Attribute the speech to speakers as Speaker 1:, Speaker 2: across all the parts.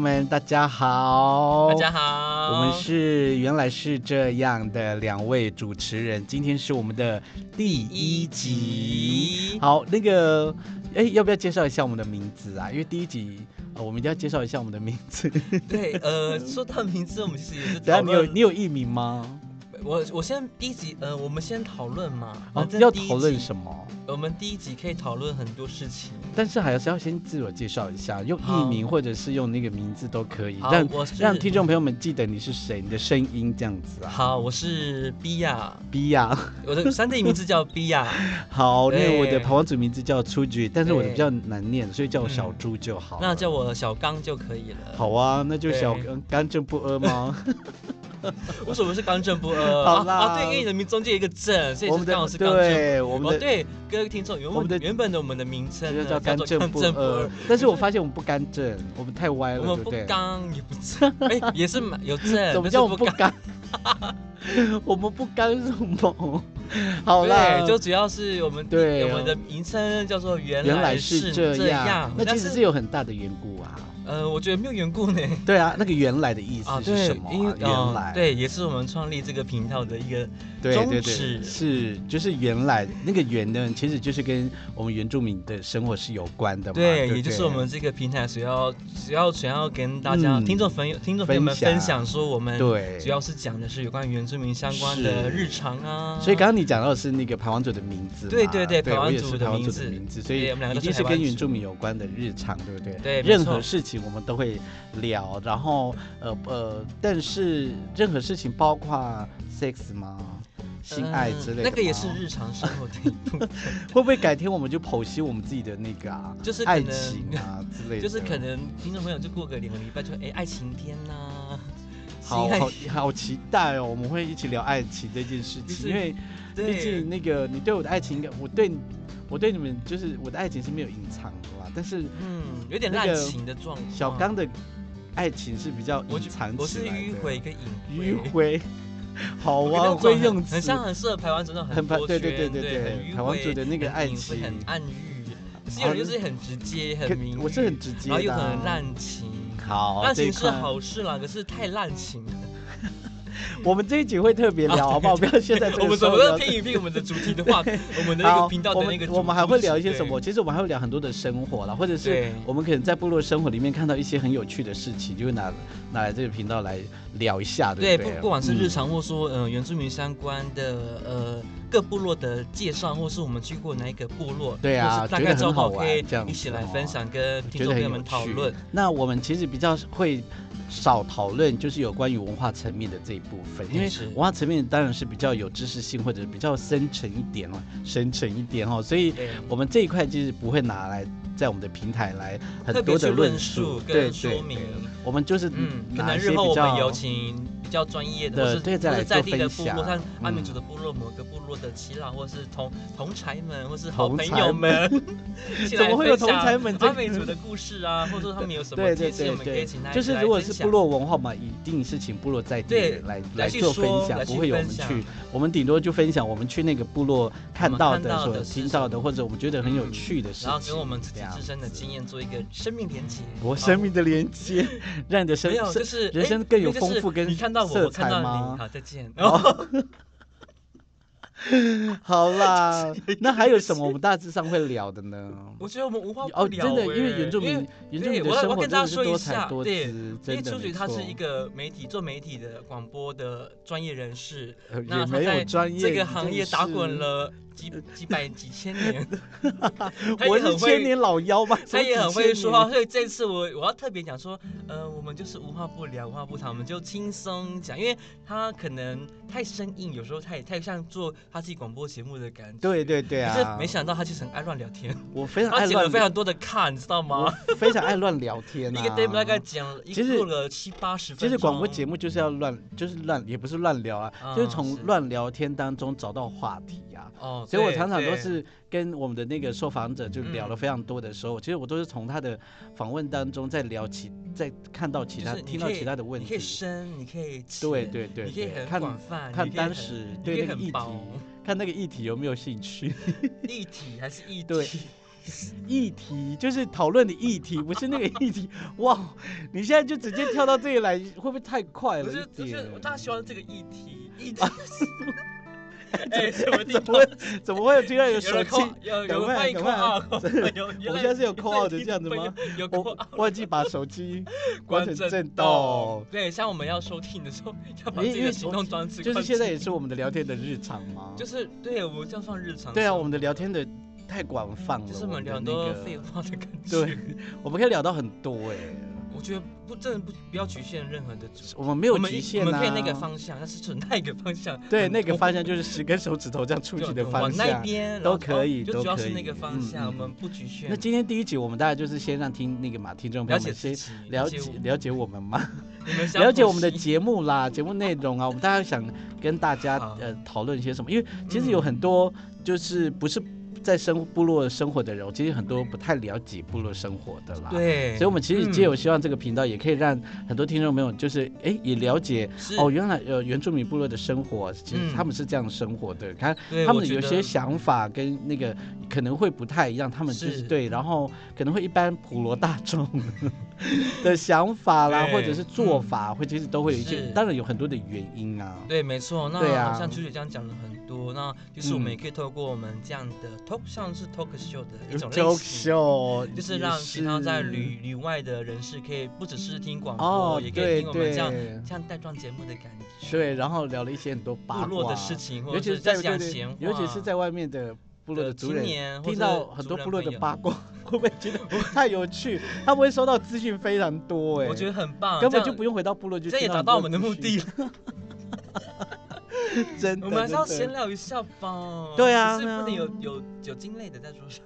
Speaker 1: 们，大家好，
Speaker 2: 大家好，
Speaker 1: 我们是原来是这样的两位主持人，今天是我们的第一集。好，那个，哎，要不要介绍一下我们的名字啊？因为第一集。哦、我们一定要介绍一下我们的名 字。
Speaker 2: 对，呃，说到名字，我们其实也是。
Speaker 1: 等下你有你有艺名吗？
Speaker 2: 我我先第一集，呃，我们先讨论嘛。
Speaker 1: 哦，要讨论什么？
Speaker 2: 我们第一集可以讨论很多事情，
Speaker 1: 但是还是要先自我介绍一下，用艺名或者是用那个名字都可以，
Speaker 2: 让
Speaker 1: 让让听众朋友们记得你是谁，你的声音这样子啊。啊
Speaker 2: 好，我是比亚，
Speaker 1: 比亚，
Speaker 2: 我的三 D 名字叫比亚。
Speaker 1: 好，那我的台湾族名字叫出局，但是我的比较难念，所以叫我小猪就好、嗯。
Speaker 2: 那叫我小刚就可以了。
Speaker 1: 好啊，那就小刚正不阿 吗？
Speaker 2: 为什么是刚正不阿？
Speaker 1: 好啦，
Speaker 2: 啊，对，因为你的名中间有一个正，所以是刚好是刚正。
Speaker 1: 对，我们的、
Speaker 2: 哦、对各位听众，原本的原本的我们的名称
Speaker 1: 叫干正不呃阿，但是我发现我们不干正，我们太歪了，
Speaker 2: 我们不刚也不正，哎、欸，也是蛮有正，
Speaker 1: 怎么叫我们不干？ 我们不干什么？ 好啦，
Speaker 2: 就主要是我们
Speaker 1: 对啊
Speaker 2: 我们的名称叫做原
Speaker 1: 来
Speaker 2: 是
Speaker 1: 这
Speaker 2: 样，
Speaker 1: 那其实是有很大的缘故啊。
Speaker 2: 呃，我觉得没有缘故 呢。
Speaker 1: 对啊，那个原来的意思是什么、啊？
Speaker 2: 因为、呃
Speaker 1: 啊、原来、哦、
Speaker 2: 对，也是我们创立这个频道的一个
Speaker 1: 宗旨，是就是原来那个原呢，其实就是跟我们原住民的生活是有关的嘛。
Speaker 2: 对，
Speaker 1: 对
Speaker 2: 也就是我们这个平台主要主要主要跟大家、嗯、听众朋友听众朋友们分享说，我们
Speaker 1: 对
Speaker 2: 主要是讲的是有关原住民相关的日常啊。
Speaker 1: 所以刚刚你讲到的是那个排湾族的名字，
Speaker 2: 对对
Speaker 1: 对，
Speaker 2: 排
Speaker 1: 湾
Speaker 2: 族
Speaker 1: 的
Speaker 2: 名
Speaker 1: 字，名字，
Speaker 2: 所以我们两个
Speaker 1: 一定是跟原住民有关的日常，对不对？
Speaker 2: 对，
Speaker 1: 任何事情。我们都会聊，然后呃呃，但是任何事情包括 sex 吗？性爱之类的、嗯，
Speaker 2: 呃那个也是日常生活的 一部分。
Speaker 1: 会不会改天我们就剖析我们自己的那个啊，
Speaker 2: 就是
Speaker 1: 爱情啊之类的？
Speaker 2: 就是可能听众朋友就过个两个礼拜就哎爱情天呐、啊，
Speaker 1: 好好好期待哦！我们会一起聊爱情这件事情，就是、因为毕竟那个你对我的爱情，我对我对你们就是我的爱情是没有隐藏的啦，但是
Speaker 2: 嗯，有点滥情的状况。
Speaker 1: 小刚的爱情是比较隐藏起来
Speaker 2: 我是迂回跟
Speaker 1: 隐迂回，好啊，我会用词，
Speaker 2: 很像很适合台湾真的
Speaker 1: 很对对对
Speaker 2: 对
Speaker 1: 对，台湾族的那个爱情
Speaker 2: 很暗喻，有人就是很直接很明，
Speaker 1: 我是很直接，啊哦
Speaker 2: 然后又很滥情，
Speaker 1: 好，
Speaker 2: 滥情是好事啦，可是太滥情了。
Speaker 1: 我们这一集会特别聊，好不好？不要现在
Speaker 2: 我们
Speaker 1: 怎么
Speaker 2: 要拼一拼我们的主题 的话，我们的那个频道的那个
Speaker 1: 我们还会聊一些什么？其实我们还会聊很多的生活啦，或者是我们可能在部落生活里面看到一些很有趣的事情，就会拿拿来这个频道来聊一下，对啊嗯
Speaker 2: 不对？对，不管是日常或说呃原住民相关的呃各部落的介绍，或是我们去过哪一个部落，
Speaker 1: 对啊，
Speaker 2: 大概
Speaker 1: 很好
Speaker 2: 可以一起来分享，跟
Speaker 1: 哦
Speaker 2: 听众朋友们讨论。
Speaker 1: 那我们其实比较会。少讨论就是有关于文化层面的这一部分，因为文化层面当然是比较有知识性或者比较深沉一点了，深沉一点哦，所以我们这一块就是不会拿来在我们的平台来很多的
Speaker 2: 论
Speaker 1: 述，
Speaker 2: 对
Speaker 1: 对，我们就是
Speaker 2: 嗯，可
Speaker 1: 能
Speaker 2: 日后我们有请比较专业的，
Speaker 1: 对，
Speaker 2: 或者
Speaker 1: 在
Speaker 2: 地的部落，像
Speaker 1: 嗯
Speaker 2: 阿美族的部落、某个部落的耆老，或是同同柴们，或是好朋友们，
Speaker 1: 怎么会有同柴们？
Speaker 2: 阿美族的故事啊，或者说他们有什么
Speaker 1: 对
Speaker 2: 对我们可以请
Speaker 1: 就是如果是部落文化嘛，一定是请部落在地来
Speaker 2: 来
Speaker 1: 做分享，不会有我们去，我们顶多就分享我们去那个部落看到的、所听到的，或者我们觉得很有趣的事情，
Speaker 2: 嗯然后跟我们自己自身的经验做一个生命连接。
Speaker 1: 我生命的连接，让你的 生
Speaker 2: 命就是
Speaker 1: 人生更有丰富跟
Speaker 2: 你看到我，
Speaker 1: 我
Speaker 2: 看到你，好再见。哦
Speaker 1: 好啦， 那还有什么我们大致上会聊的呢？
Speaker 2: 我觉得我们无话哎
Speaker 1: 哦，真
Speaker 2: 欸
Speaker 1: 的，因为原住民，原住民的生活真的
Speaker 2: 是
Speaker 1: 多才多姿。
Speaker 2: 因为秋水他是一个媒体，做媒体的广播的专业人士，
Speaker 1: 呃
Speaker 2: 那他在这个行业打滚了几几百几 千年，
Speaker 1: 我是千年老妖吧？
Speaker 2: 他也很会说话，所以这次我我要特别讲说，呃，我们就是无话不聊，无话不谈，我们就轻松讲，因为他可能太生硬，有时候他也太像做。他自己广播节目的感觉，
Speaker 1: 对对对啊！
Speaker 2: 可是没想到他就是很爱乱聊天，
Speaker 1: 我非常爱
Speaker 2: 讲了非常多的卡，你知道吗？
Speaker 1: 非常爱乱聊天、啊，
Speaker 2: 一个 day 大概讲做了七八十分
Speaker 1: 钟。其实广播节目就是要乱，就是乱，也不是乱聊啊，嗯、就是从乱聊天当中找到话题啊。
Speaker 2: 哦，
Speaker 1: 所以我常常都是跟我们的那个受访者就聊了非常多的时候，嗯、其实我都是从他的访问当中再聊起，再看到其他，听到其他的问题。
Speaker 2: 你可以深，你可以浅，
Speaker 1: 对对对，
Speaker 2: 你可以很广泛，
Speaker 1: 看当时对那个议题。看那个议题有没有兴趣？
Speaker 2: 议题还是议
Speaker 1: 对，议题，就是讨论的议题，不是那个议 题。哇，你现在就直接跳到这里来，会不会太快
Speaker 2: 不
Speaker 1: 了
Speaker 2: 是
Speaker 1: 一
Speaker 2: 不是
Speaker 1: 点，？啊
Speaker 2: 大家喜欢这个议题，议题。 哎，什么地
Speaker 1: 怎么
Speaker 2: 方？
Speaker 1: 会 怎么会有听到有
Speaker 2: 有
Speaker 1: 手
Speaker 2: 人
Speaker 1: 机？
Speaker 2: 扣，有
Speaker 1: 赶
Speaker 2: 有
Speaker 1: 快
Speaker 2: 人
Speaker 1: 赶
Speaker 2: 扣
Speaker 1: 快
Speaker 2: 二， 有
Speaker 1: 我
Speaker 2: 原
Speaker 1: 们
Speaker 2: 来
Speaker 1: 现在是有
Speaker 2: 原来
Speaker 1: 扣号的
Speaker 2: 听
Speaker 1: 这样子
Speaker 2: 朋友
Speaker 1: 吗？
Speaker 2: 有扣
Speaker 1: 我
Speaker 2: 号，
Speaker 1: 忘记把手机关成震
Speaker 2: 动
Speaker 1: 动。。
Speaker 2: 对，像我们要收听的时候， 要把
Speaker 1: 因为
Speaker 2: 自己
Speaker 1: 因为
Speaker 2: 的行动装置
Speaker 1: 就是
Speaker 2: 关
Speaker 1: 现在
Speaker 2: 静
Speaker 1: 也是我们的聊天的日常吗？
Speaker 2: 就是对，我这样算日常。
Speaker 1: 对啊，我们的聊天的太广泛了，
Speaker 2: 就是
Speaker 1: 我
Speaker 2: 我
Speaker 1: 们
Speaker 2: 们
Speaker 1: 的
Speaker 2: 聊很
Speaker 1: 那
Speaker 2: 多
Speaker 1: 个
Speaker 2: 废话的感觉。
Speaker 1: 对，我们可以聊到很多哎、
Speaker 2: 我觉得不，真的不不要局限任何的主题。
Speaker 1: 我们没
Speaker 2: 没
Speaker 1: 有极限
Speaker 2: 我
Speaker 1: 啊。
Speaker 2: 们可以那个方向，但是从那个方向，
Speaker 1: 对
Speaker 2: 很
Speaker 1: 那个
Speaker 2: 多
Speaker 1: 方向就是十根手指头这样出
Speaker 2: 就
Speaker 1: 去的方
Speaker 2: 往那
Speaker 1: 向。
Speaker 2: 边然
Speaker 1: 都
Speaker 2: 后
Speaker 1: 可以
Speaker 2: 就
Speaker 1: 都
Speaker 2: 主要
Speaker 1: 可
Speaker 2: 是那
Speaker 1: 以
Speaker 2: 个方
Speaker 1: 嗯
Speaker 2: 向，我
Speaker 1: 嗯
Speaker 2: 们不局限。
Speaker 1: 那今天第一集我们大概就是先让听那个马听众朋友
Speaker 2: 了解
Speaker 1: 们先
Speaker 2: 自己，
Speaker 1: 了
Speaker 2: 解
Speaker 1: 解
Speaker 2: 我
Speaker 1: 了解我们嘛，
Speaker 2: 你们 相
Speaker 1: 了解
Speaker 2: 互
Speaker 1: 我们的
Speaker 2: 吸
Speaker 1: 节目啦，节目内容 啊，我们大概想跟大家
Speaker 2: 好
Speaker 1: 呃讨论一些什么，因为其实有
Speaker 2: 嗯
Speaker 1: 很多就是不是在生部落生活的人，我其实很多不太了解部落生活的啦。。
Speaker 2: 对，
Speaker 1: 所以，我们其实借
Speaker 2: 嗯
Speaker 1: 由希望这个频道，也可以让很多听众朋友，就是哎、也了解
Speaker 2: 是
Speaker 1: 哦，原来呃原住民部落的生活，其实
Speaker 2: 嗯
Speaker 1: 他们是这样生活的。看
Speaker 2: 对
Speaker 1: 他
Speaker 2: 我
Speaker 1: 们
Speaker 2: 觉
Speaker 1: 有些
Speaker 2: 得
Speaker 1: 想法跟那个可能会不太一样，他们就是是对，然后可能会一般普罗大 众的想法啦，
Speaker 2: 对
Speaker 1: 或者是做
Speaker 2: 嗯
Speaker 1: 法，或其实都会有一些
Speaker 2: 是，
Speaker 1: 当然有很多的原因啊。
Speaker 2: 对，没错。那
Speaker 1: 对啊
Speaker 2: 像秋姐这样讲了很多，那就是我们
Speaker 1: 嗯
Speaker 2: 也可以透过我们这样的 talk，像是 talk show 的一种类
Speaker 1: talk
Speaker 2: 型。
Speaker 1: show
Speaker 2: 就是
Speaker 1: 也
Speaker 2: 让其他在
Speaker 1: 是
Speaker 2: 旅旅外的人士可以不只是听广播，
Speaker 1: 哦，
Speaker 2: 也可以
Speaker 1: 对
Speaker 2: 听我们这样
Speaker 1: 对
Speaker 2: 这样带状节目的感觉，
Speaker 1: 对，然后聊了一些很多八
Speaker 2: 部落
Speaker 1: 卦
Speaker 2: 的事，情，或
Speaker 1: 尤
Speaker 2: 者
Speaker 1: 其
Speaker 2: 是
Speaker 1: 是在
Speaker 2: 讲
Speaker 1: 对对
Speaker 2: 闲话，
Speaker 1: 尤其是在外面的部落的族
Speaker 2: 青
Speaker 1: 人
Speaker 2: 年或
Speaker 1: 听
Speaker 2: 是
Speaker 1: 到很
Speaker 2: 族
Speaker 1: 多
Speaker 2: 人
Speaker 1: 部落的
Speaker 2: 朋友，
Speaker 1: 八卦， 会不会觉得太有趣？他们会收到资讯非常多，哎，
Speaker 2: 我觉得很棒，
Speaker 1: 根
Speaker 2: 啊这
Speaker 1: 本
Speaker 2: 样
Speaker 1: 就不用回到部落就
Speaker 2: 这也
Speaker 1: 听
Speaker 2: 达
Speaker 1: 很
Speaker 2: 到
Speaker 1: 多
Speaker 2: 我们的目
Speaker 1: 资
Speaker 2: 的
Speaker 1: 讯，
Speaker 2: 了。
Speaker 1: 真的。
Speaker 2: 我们还是要
Speaker 1: 真的
Speaker 2: 闲聊一下吧。
Speaker 1: 对啊
Speaker 2: 只是不能
Speaker 1: 对啊
Speaker 2: 有有酒精类的在桌上。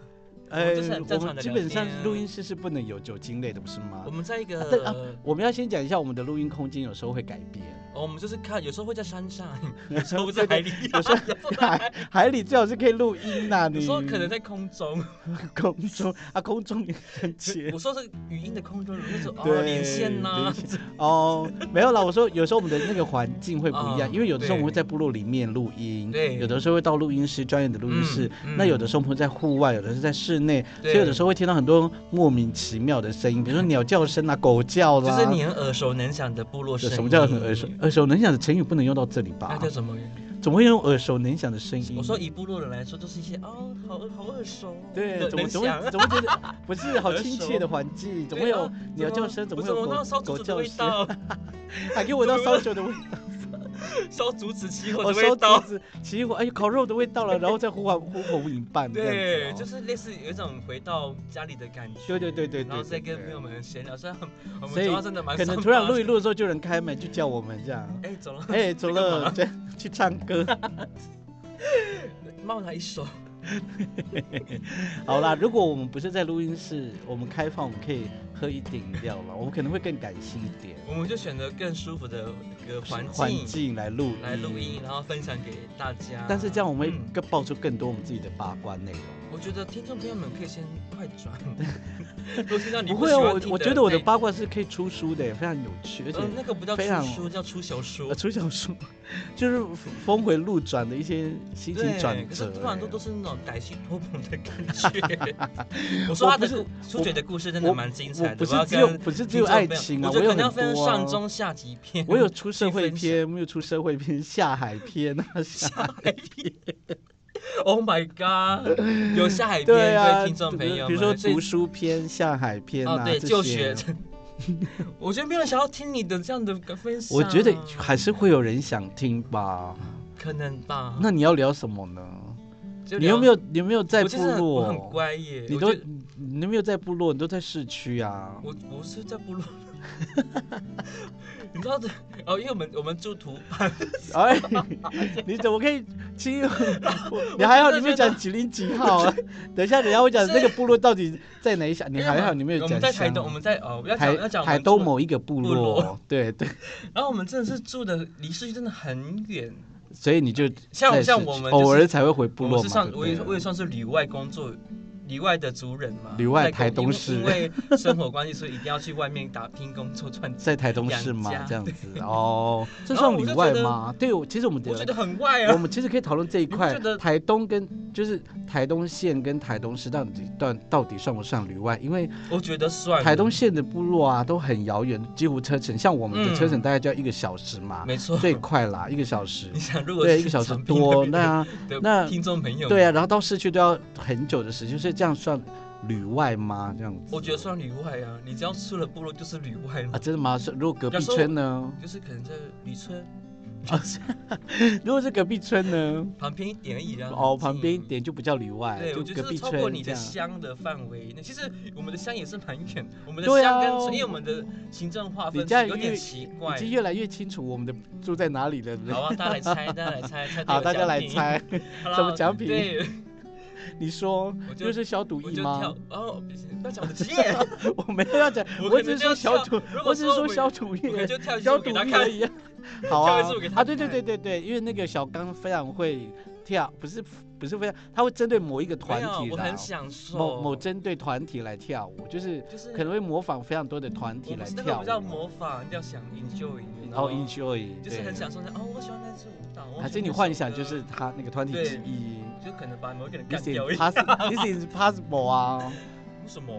Speaker 1: 呃，
Speaker 2: 就是很正
Speaker 1: 我
Speaker 2: 常
Speaker 1: 们
Speaker 2: 地
Speaker 1: 基
Speaker 2: 聊
Speaker 1: 本上
Speaker 2: 天啊
Speaker 1: 录音室是不能有酒精类的，不是吗
Speaker 2: 我？们在一个
Speaker 1: 啊对啊我们要先讲一下我们的录音空间有时候会改变，
Speaker 2: 哦我们就是看，有时候会在山上， 有时候会在海里，有
Speaker 1: 有时候
Speaker 2: 时候在
Speaker 1: 海海里最好是可以录音呐、
Speaker 2: 有
Speaker 1: 你
Speaker 2: 时候可能在空中。
Speaker 1: 空中啊，空中也很 切
Speaker 2: 我说是语音的空中，我说哦
Speaker 1: 嗯对
Speaker 2: 连线呐
Speaker 1: 连，哦，没有啦，我说有时候我们的那个环境会不一样，
Speaker 2: 嗯
Speaker 1: 因为有的时候我们会
Speaker 2: 对
Speaker 1: 在部落里面录音，
Speaker 2: 对
Speaker 1: 有的时候会到录音室专业的录音室，
Speaker 2: 嗯
Speaker 1: 那有的时候我们会在户外，有的是在室内，所以有的时
Speaker 2: 候
Speaker 1: 候会听到很多莫名其妙的声音，比如说鸟叫声啊、狗叫啦。
Speaker 2: 就是你很耳熟能详的部落声
Speaker 1: 这
Speaker 2: 音。嗯
Speaker 1: 什么叫很耳熟？嗯耳熟能详的成语不能用到这里吧？
Speaker 2: 那叫什么？
Speaker 1: 怎么会用耳熟能详的声音？
Speaker 2: 我说以部落人来说，就是一些哦，好好耳熟哦。
Speaker 1: 对，
Speaker 2: 能
Speaker 1: 怎么怎么
Speaker 2: 想
Speaker 1: 会怎么会觉得不是好亲切的环境？怎么会
Speaker 2: 对
Speaker 1: 有
Speaker 2: 啊
Speaker 1: 鸟叫声？怎么
Speaker 2: 我
Speaker 1: 会
Speaker 2: 怎
Speaker 1: 有
Speaker 2: 么闻到烧
Speaker 1: 狗狗
Speaker 2: 竹子的
Speaker 1: 叫
Speaker 2: 味
Speaker 1: 声？
Speaker 2: 道？
Speaker 1: 还可以闻到烧酒的味道，
Speaker 2: 烧竹子起火
Speaker 1: 哦，
Speaker 2: 的味
Speaker 1: 烧
Speaker 2: 道
Speaker 1: 竹。子、起火，哎呦，烤肉的味道了，然后再呼唤呼朋引伴这
Speaker 2: 对，
Speaker 1: 样子
Speaker 2: 就
Speaker 1: 哦。
Speaker 2: 是类似有一种回到家里的感觉。
Speaker 1: 对对对对对
Speaker 2: 然后再
Speaker 1: 对
Speaker 2: 跟
Speaker 1: 对
Speaker 2: 朋友们闲聊，虽然我们
Speaker 1: 所以
Speaker 2: 主要真的蛮
Speaker 1: 可能
Speaker 2: 伤
Speaker 1: 突然
Speaker 2: 疤
Speaker 1: 录一
Speaker 2: 的，
Speaker 1: 录的时候，就有人开门就叫我们这样。
Speaker 2: 哎，走了，
Speaker 1: 哎，走
Speaker 2: 干
Speaker 1: 了，
Speaker 2: 嘛
Speaker 1: 对， 去唱歌。
Speaker 2: 冒了一首。
Speaker 1: 好啦，如果我们不是在录音室，我们开放，我们可以喝一点饮料了，我们可能会更感性一点。
Speaker 2: 我们就选择更舒服的一个环
Speaker 1: 环境来录
Speaker 2: 来录音，然后分享给大家。
Speaker 1: 但是这样我们会
Speaker 2: 嗯
Speaker 1: 更爆出更多我们自己的八卦内容。
Speaker 2: 我觉得听众朋友们可以先快转。 如果听到你
Speaker 1: 不
Speaker 2: 不
Speaker 1: 会
Speaker 2: 喜
Speaker 1: 啊，
Speaker 2: 欢
Speaker 1: 我
Speaker 2: 听
Speaker 1: 我觉得我的
Speaker 2: 内
Speaker 1: 八卦是可以出书的，非常有趣，而且
Speaker 2: 呃那个不叫出
Speaker 1: 非常
Speaker 2: 书，叫出小书
Speaker 1: 呃。出小书就是峰回路转的一些心情
Speaker 2: 对，
Speaker 1: 转
Speaker 2: 可
Speaker 1: 折
Speaker 2: 是。突然都都
Speaker 1: 哎
Speaker 2: 是那种歹戏拖棚的感觉。 我说
Speaker 1: 我
Speaker 2: 他
Speaker 1: 不
Speaker 2: 的
Speaker 1: 是
Speaker 2: 故苏姐的故事真的
Speaker 1: 我
Speaker 2: 蛮精彩
Speaker 1: 我
Speaker 2: 的，
Speaker 1: 不
Speaker 2: 要
Speaker 1: 是只有
Speaker 2: 跟
Speaker 1: 不是只
Speaker 2: 听
Speaker 1: 有
Speaker 2: 众
Speaker 1: 爱
Speaker 2: 朋友
Speaker 1: 情啊，
Speaker 2: 我觉
Speaker 1: 我
Speaker 2: 得
Speaker 1: 有
Speaker 2: 可能要
Speaker 1: 很
Speaker 2: 分
Speaker 1: 多啊。
Speaker 2: 上中下级片。
Speaker 1: 我有出社
Speaker 2: 去
Speaker 1: 会
Speaker 2: 分享
Speaker 1: 篇，没有出社会篇，下海 篇啊，下
Speaker 2: Oh my god！有下海
Speaker 1: 对
Speaker 2: 边
Speaker 1: 啊，
Speaker 2: 位听众朋友们，
Speaker 1: 比如说
Speaker 2: 所以
Speaker 1: 读书篇、下海篇
Speaker 2: 哦
Speaker 1: 啊，
Speaker 2: 对
Speaker 1: 这
Speaker 2: 就
Speaker 1: 些
Speaker 2: 学。 我觉得没有人想要听你的这样的分享，啊
Speaker 1: 我觉得还是会有人想听吧。
Speaker 2: 可能吧。
Speaker 1: 那你要聊什么呢？
Speaker 2: 嗯就
Speaker 1: 你有
Speaker 2: 聊
Speaker 1: 没有你有没有在
Speaker 2: 我
Speaker 1: 部
Speaker 2: 其实很我很
Speaker 1: 落？
Speaker 2: 乖耶，
Speaker 1: 你
Speaker 2: 我
Speaker 1: 都
Speaker 2: 觉得
Speaker 1: 你有没有在部落？你都在市区啊？
Speaker 2: 我我是在部落。 你知道的哦，因为我们我们住土 板，
Speaker 1: 哎，你怎么可以 亲？你还好，
Speaker 2: 真的
Speaker 1: 你没有
Speaker 2: 觉得
Speaker 1: 讲几零几号啊？等一下，等一下，我讲
Speaker 2: 是
Speaker 1: 那个部落到底在哪一下？你
Speaker 2: 因为我
Speaker 1: 还
Speaker 2: 们
Speaker 1: 好，你没有
Speaker 2: 我
Speaker 1: 讲
Speaker 2: 们
Speaker 1: 乡。
Speaker 2: 在台东，我们在哦，要讲要
Speaker 1: 台
Speaker 2: 讲我
Speaker 1: 台
Speaker 2: 们
Speaker 1: 东
Speaker 2: 住，
Speaker 1: 某一个部
Speaker 2: 部落
Speaker 1: 落，对对，
Speaker 2: 然后我们真的是住的离市区真的很远，
Speaker 1: 所以你就在
Speaker 2: 像像
Speaker 1: 市
Speaker 2: 我
Speaker 1: 区
Speaker 2: 们
Speaker 1: 偶
Speaker 2: 就是
Speaker 1: 尔才会回部
Speaker 2: 我
Speaker 1: 落
Speaker 2: 们
Speaker 1: 嘛。
Speaker 2: 是上
Speaker 1: 对不
Speaker 2: 我也
Speaker 1: 对
Speaker 2: 我也算是里外工作，里外的族人嘛，
Speaker 1: 里外
Speaker 2: 在工
Speaker 1: 台东
Speaker 2: 因为
Speaker 1: 市
Speaker 2: 因为生活关系，所以一定要去外面打拼工作赚钱。
Speaker 1: 在台东
Speaker 2: 养
Speaker 1: 市嘛
Speaker 2: 家，
Speaker 1: 这 样子哦，这
Speaker 2: 然后
Speaker 1: 算
Speaker 2: 我
Speaker 1: 里
Speaker 2: 就觉
Speaker 1: 外
Speaker 2: 得
Speaker 1: 吗？对，我其实我们
Speaker 2: 我觉得
Speaker 1: 的
Speaker 2: 很外
Speaker 1: 我
Speaker 2: 啊，
Speaker 1: 们其实可以讨论这一
Speaker 2: 你不
Speaker 1: 块
Speaker 2: 觉得，
Speaker 1: 台东跟就是台东县跟台东市到底到到底算不算旅外？因为
Speaker 2: 我觉得算
Speaker 1: 台东县的部落啊都很遥远，几乎车程像我们的车程
Speaker 2: 嗯
Speaker 1: 大概就要一个小时嘛，
Speaker 2: 没错。
Speaker 1: 最快啦一个小时
Speaker 2: 你。想，如果
Speaker 1: 对，
Speaker 2: 是
Speaker 1: 一个小时
Speaker 2: 长滨
Speaker 1: 多，
Speaker 2: 那
Speaker 1: 那
Speaker 2: 边的的
Speaker 1: 那
Speaker 2: 听众朋友，
Speaker 1: 对啊，，然后到市区都要很久的时间，所以这样算旅外吗？这样子？
Speaker 2: 我觉得算旅外啊，你只要出了部落就是旅外
Speaker 1: 啊，
Speaker 2: 了，
Speaker 1: 真的吗？是如果隔
Speaker 2: 有
Speaker 1: 壁
Speaker 2: 时候
Speaker 1: 村呢？
Speaker 2: 就是可能在旅村
Speaker 1: 啊如果是隔壁村呢？
Speaker 2: 旁边一点而已啊。
Speaker 1: 哦，
Speaker 2: 很近
Speaker 1: 旁边一。点就不叫里外，
Speaker 2: 对，我觉
Speaker 1: 隔
Speaker 2: 得就是
Speaker 1: 壁
Speaker 2: 超过
Speaker 1: 村
Speaker 2: 你
Speaker 1: 这
Speaker 2: 的
Speaker 1: 样。
Speaker 2: 乡的范围内。其实我们的乡也是蛮远， 我们的
Speaker 1: 对
Speaker 2: 乡
Speaker 1: 啊
Speaker 2: 跟村，因为我们的行政划分
Speaker 1: 你这样
Speaker 2: 是有点
Speaker 1: 越
Speaker 2: 奇
Speaker 1: 已
Speaker 2: 怪。
Speaker 1: 经越来越清楚我们的住在哪里了。对不对
Speaker 2: 好啊，大家来猜，大家来 猜，猜对
Speaker 1: 好，
Speaker 2: 有
Speaker 1: 大家
Speaker 2: 奖
Speaker 1: 来
Speaker 2: 品。
Speaker 1: 猜，
Speaker 2: 好啦
Speaker 1: 什么奖品
Speaker 2: 对，
Speaker 1: 你说
Speaker 2: 我就
Speaker 1: 就是消毒
Speaker 2: 我
Speaker 1: 液
Speaker 2: 就
Speaker 1: 吗
Speaker 2: 跳？哦，不要讲我的职业，
Speaker 1: 我没有要讲，
Speaker 2: 我
Speaker 1: 我
Speaker 2: 可
Speaker 1: 只
Speaker 2: 能
Speaker 1: 是
Speaker 2: 就
Speaker 1: 说
Speaker 2: 要
Speaker 1: 消
Speaker 2: 跳
Speaker 1: 毒，
Speaker 2: 如
Speaker 1: 我
Speaker 2: 果
Speaker 1: 只是
Speaker 2: 说
Speaker 1: 说
Speaker 2: 我
Speaker 1: 消毒
Speaker 2: 我可能
Speaker 1: 液，
Speaker 2: 就 跳一支
Speaker 1: 消
Speaker 2: 舞
Speaker 1: 毒
Speaker 2: 给他
Speaker 1: 液
Speaker 2: 看
Speaker 1: 而。已 啊。好
Speaker 2: 跳一
Speaker 1: 啊
Speaker 2: 支舞给，他
Speaker 1: 啊，对对
Speaker 2: 看
Speaker 1: 对对对，因为那个小刚非常会跳，不是不是非常，他会针对某一个团
Speaker 2: 没有
Speaker 1: 体
Speaker 2: 我
Speaker 1: 的
Speaker 2: 很
Speaker 1: 啊，
Speaker 2: 享受
Speaker 1: 某某针对团体来跳舞，就是
Speaker 2: 就是
Speaker 1: 可能会模仿非常多的团
Speaker 2: 我
Speaker 1: 体
Speaker 2: 不
Speaker 1: 来
Speaker 2: 是那个
Speaker 1: 跳哦
Speaker 2: 不叫
Speaker 1: 舞。
Speaker 2: 模仿，叫想 enjoy，你知
Speaker 1: 然后
Speaker 2: 道
Speaker 1: enjoy，
Speaker 2: 就是很
Speaker 1: 对
Speaker 2: 享受那哦，我喜欢那支舞蹈。我
Speaker 1: 还
Speaker 2: 喜
Speaker 1: 是
Speaker 2: 欢
Speaker 1: 你
Speaker 2: 那
Speaker 1: 幻
Speaker 2: 首
Speaker 1: 想
Speaker 2: 歌
Speaker 1: 就是他那个团体
Speaker 2: 对
Speaker 1: 之一
Speaker 2: 就可能把某一个人干
Speaker 1: ，This is
Speaker 2: 掉一样。
Speaker 1: possible, this is possible 啊，
Speaker 2: 为什么？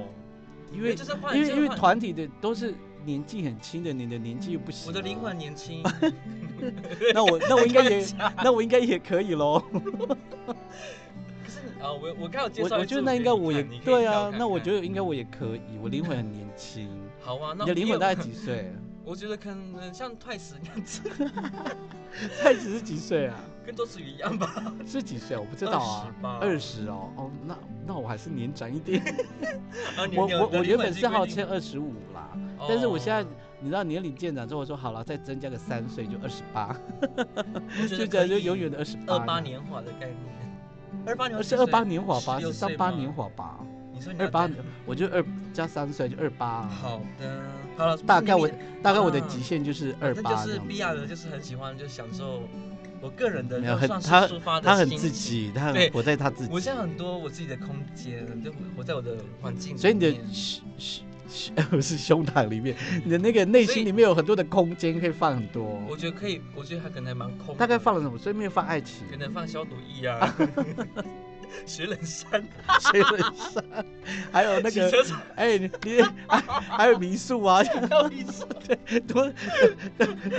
Speaker 1: 因为
Speaker 2: 就是换
Speaker 1: 因为
Speaker 2: 就
Speaker 1: 因为
Speaker 2: 换
Speaker 1: 团体的都是年纪很轻的，你的年纪又不行、啊
Speaker 2: 我的灵魂，年轻， 啊
Speaker 1: 那我 那我应该 也
Speaker 2: 开玩笑
Speaker 1: 那我应该也可以喽。
Speaker 2: 可是啊，我我刚有 介
Speaker 1: 我
Speaker 2: 绍一
Speaker 1: 我觉
Speaker 2: 支
Speaker 1: 得
Speaker 2: 舞
Speaker 1: 那
Speaker 2: 给
Speaker 1: 应该
Speaker 2: 你
Speaker 1: 我也
Speaker 2: 看你可以
Speaker 1: 对
Speaker 2: 跳
Speaker 1: 啊
Speaker 2: 看，
Speaker 1: 那我
Speaker 2: 看
Speaker 1: 觉得应该我也可以，我灵魂很年轻。
Speaker 2: 好啊， 那
Speaker 1: 你的灵
Speaker 2: 因为
Speaker 1: 魂大概几 岁？啊
Speaker 2: 我觉得可能像太史那样子，
Speaker 1: 才几十几岁啊？
Speaker 2: 跟周子瑜一样吧，
Speaker 1: 是几岁？我不知道啊。
Speaker 2: 20吧，
Speaker 1: 二十哦，哦，那那我还是年长一点。
Speaker 2: 啊。 你
Speaker 1: 我
Speaker 2: 你的
Speaker 1: 我
Speaker 2: 你的
Speaker 1: 我
Speaker 2: 灵
Speaker 1: 原
Speaker 2: 魂
Speaker 1: 本
Speaker 2: 已
Speaker 1: 是
Speaker 2: 经
Speaker 1: 号
Speaker 2: 规
Speaker 1: 称
Speaker 2: 定
Speaker 1: 二十五啦，
Speaker 2: 哦
Speaker 1: 但是我现在你知道年龄渐长之后，我说好了，再增加个三岁就二十八，
Speaker 2: 我觉
Speaker 1: 就
Speaker 2: 得
Speaker 1: 这样
Speaker 2: 可
Speaker 1: 就
Speaker 2: 以
Speaker 1: 永远的二十八。呃
Speaker 2: 二八，年华的概念，二八年
Speaker 1: 是二八
Speaker 2: 年，
Speaker 1: 年华吧？
Speaker 2: 16
Speaker 1: 是上
Speaker 2: 岁
Speaker 1: 八
Speaker 2: 吗
Speaker 1: 年华吧？
Speaker 2: 你说你要
Speaker 1: 二八
Speaker 2: 讲
Speaker 1: 年，我就二加三岁就二八。啊
Speaker 2: 好的，好了，
Speaker 1: 大概我
Speaker 2: 不是
Speaker 1: 大概我的
Speaker 2: 啊
Speaker 1: 极限就是
Speaker 2: 你
Speaker 1: 二
Speaker 2: 反正
Speaker 1: 八
Speaker 2: 就
Speaker 1: 这
Speaker 2: 是
Speaker 1: 样
Speaker 2: 碧
Speaker 1: 子。
Speaker 2: 亚的，就是很喜欢，就享受我个人的，
Speaker 1: 没有很
Speaker 2: 算是
Speaker 1: 他
Speaker 2: 抒发的
Speaker 1: 他很
Speaker 2: 心
Speaker 1: 自
Speaker 2: 情。
Speaker 1: 己，他很
Speaker 2: 对
Speaker 1: 活在他自己。
Speaker 2: 我现在很多我自己的空间，就活在我的环境里面。
Speaker 1: 所以你的胸胸胸 不是胸膛里面，你的那个内
Speaker 2: 所以
Speaker 1: 心里面有很多的空间可以放很
Speaker 2: 我
Speaker 1: 多。
Speaker 2: 觉得可以，我觉得他可能还蛮空的。
Speaker 1: 大概放了什么？所以没有放 爱情
Speaker 2: 可，能放消毒液啊， 雪冷山，
Speaker 1: 谁会上？还有那
Speaker 2: 洗
Speaker 1: 个，
Speaker 2: 车场
Speaker 1: 哎，你你还还有民宿啊，
Speaker 2: 还有一次，
Speaker 1: 多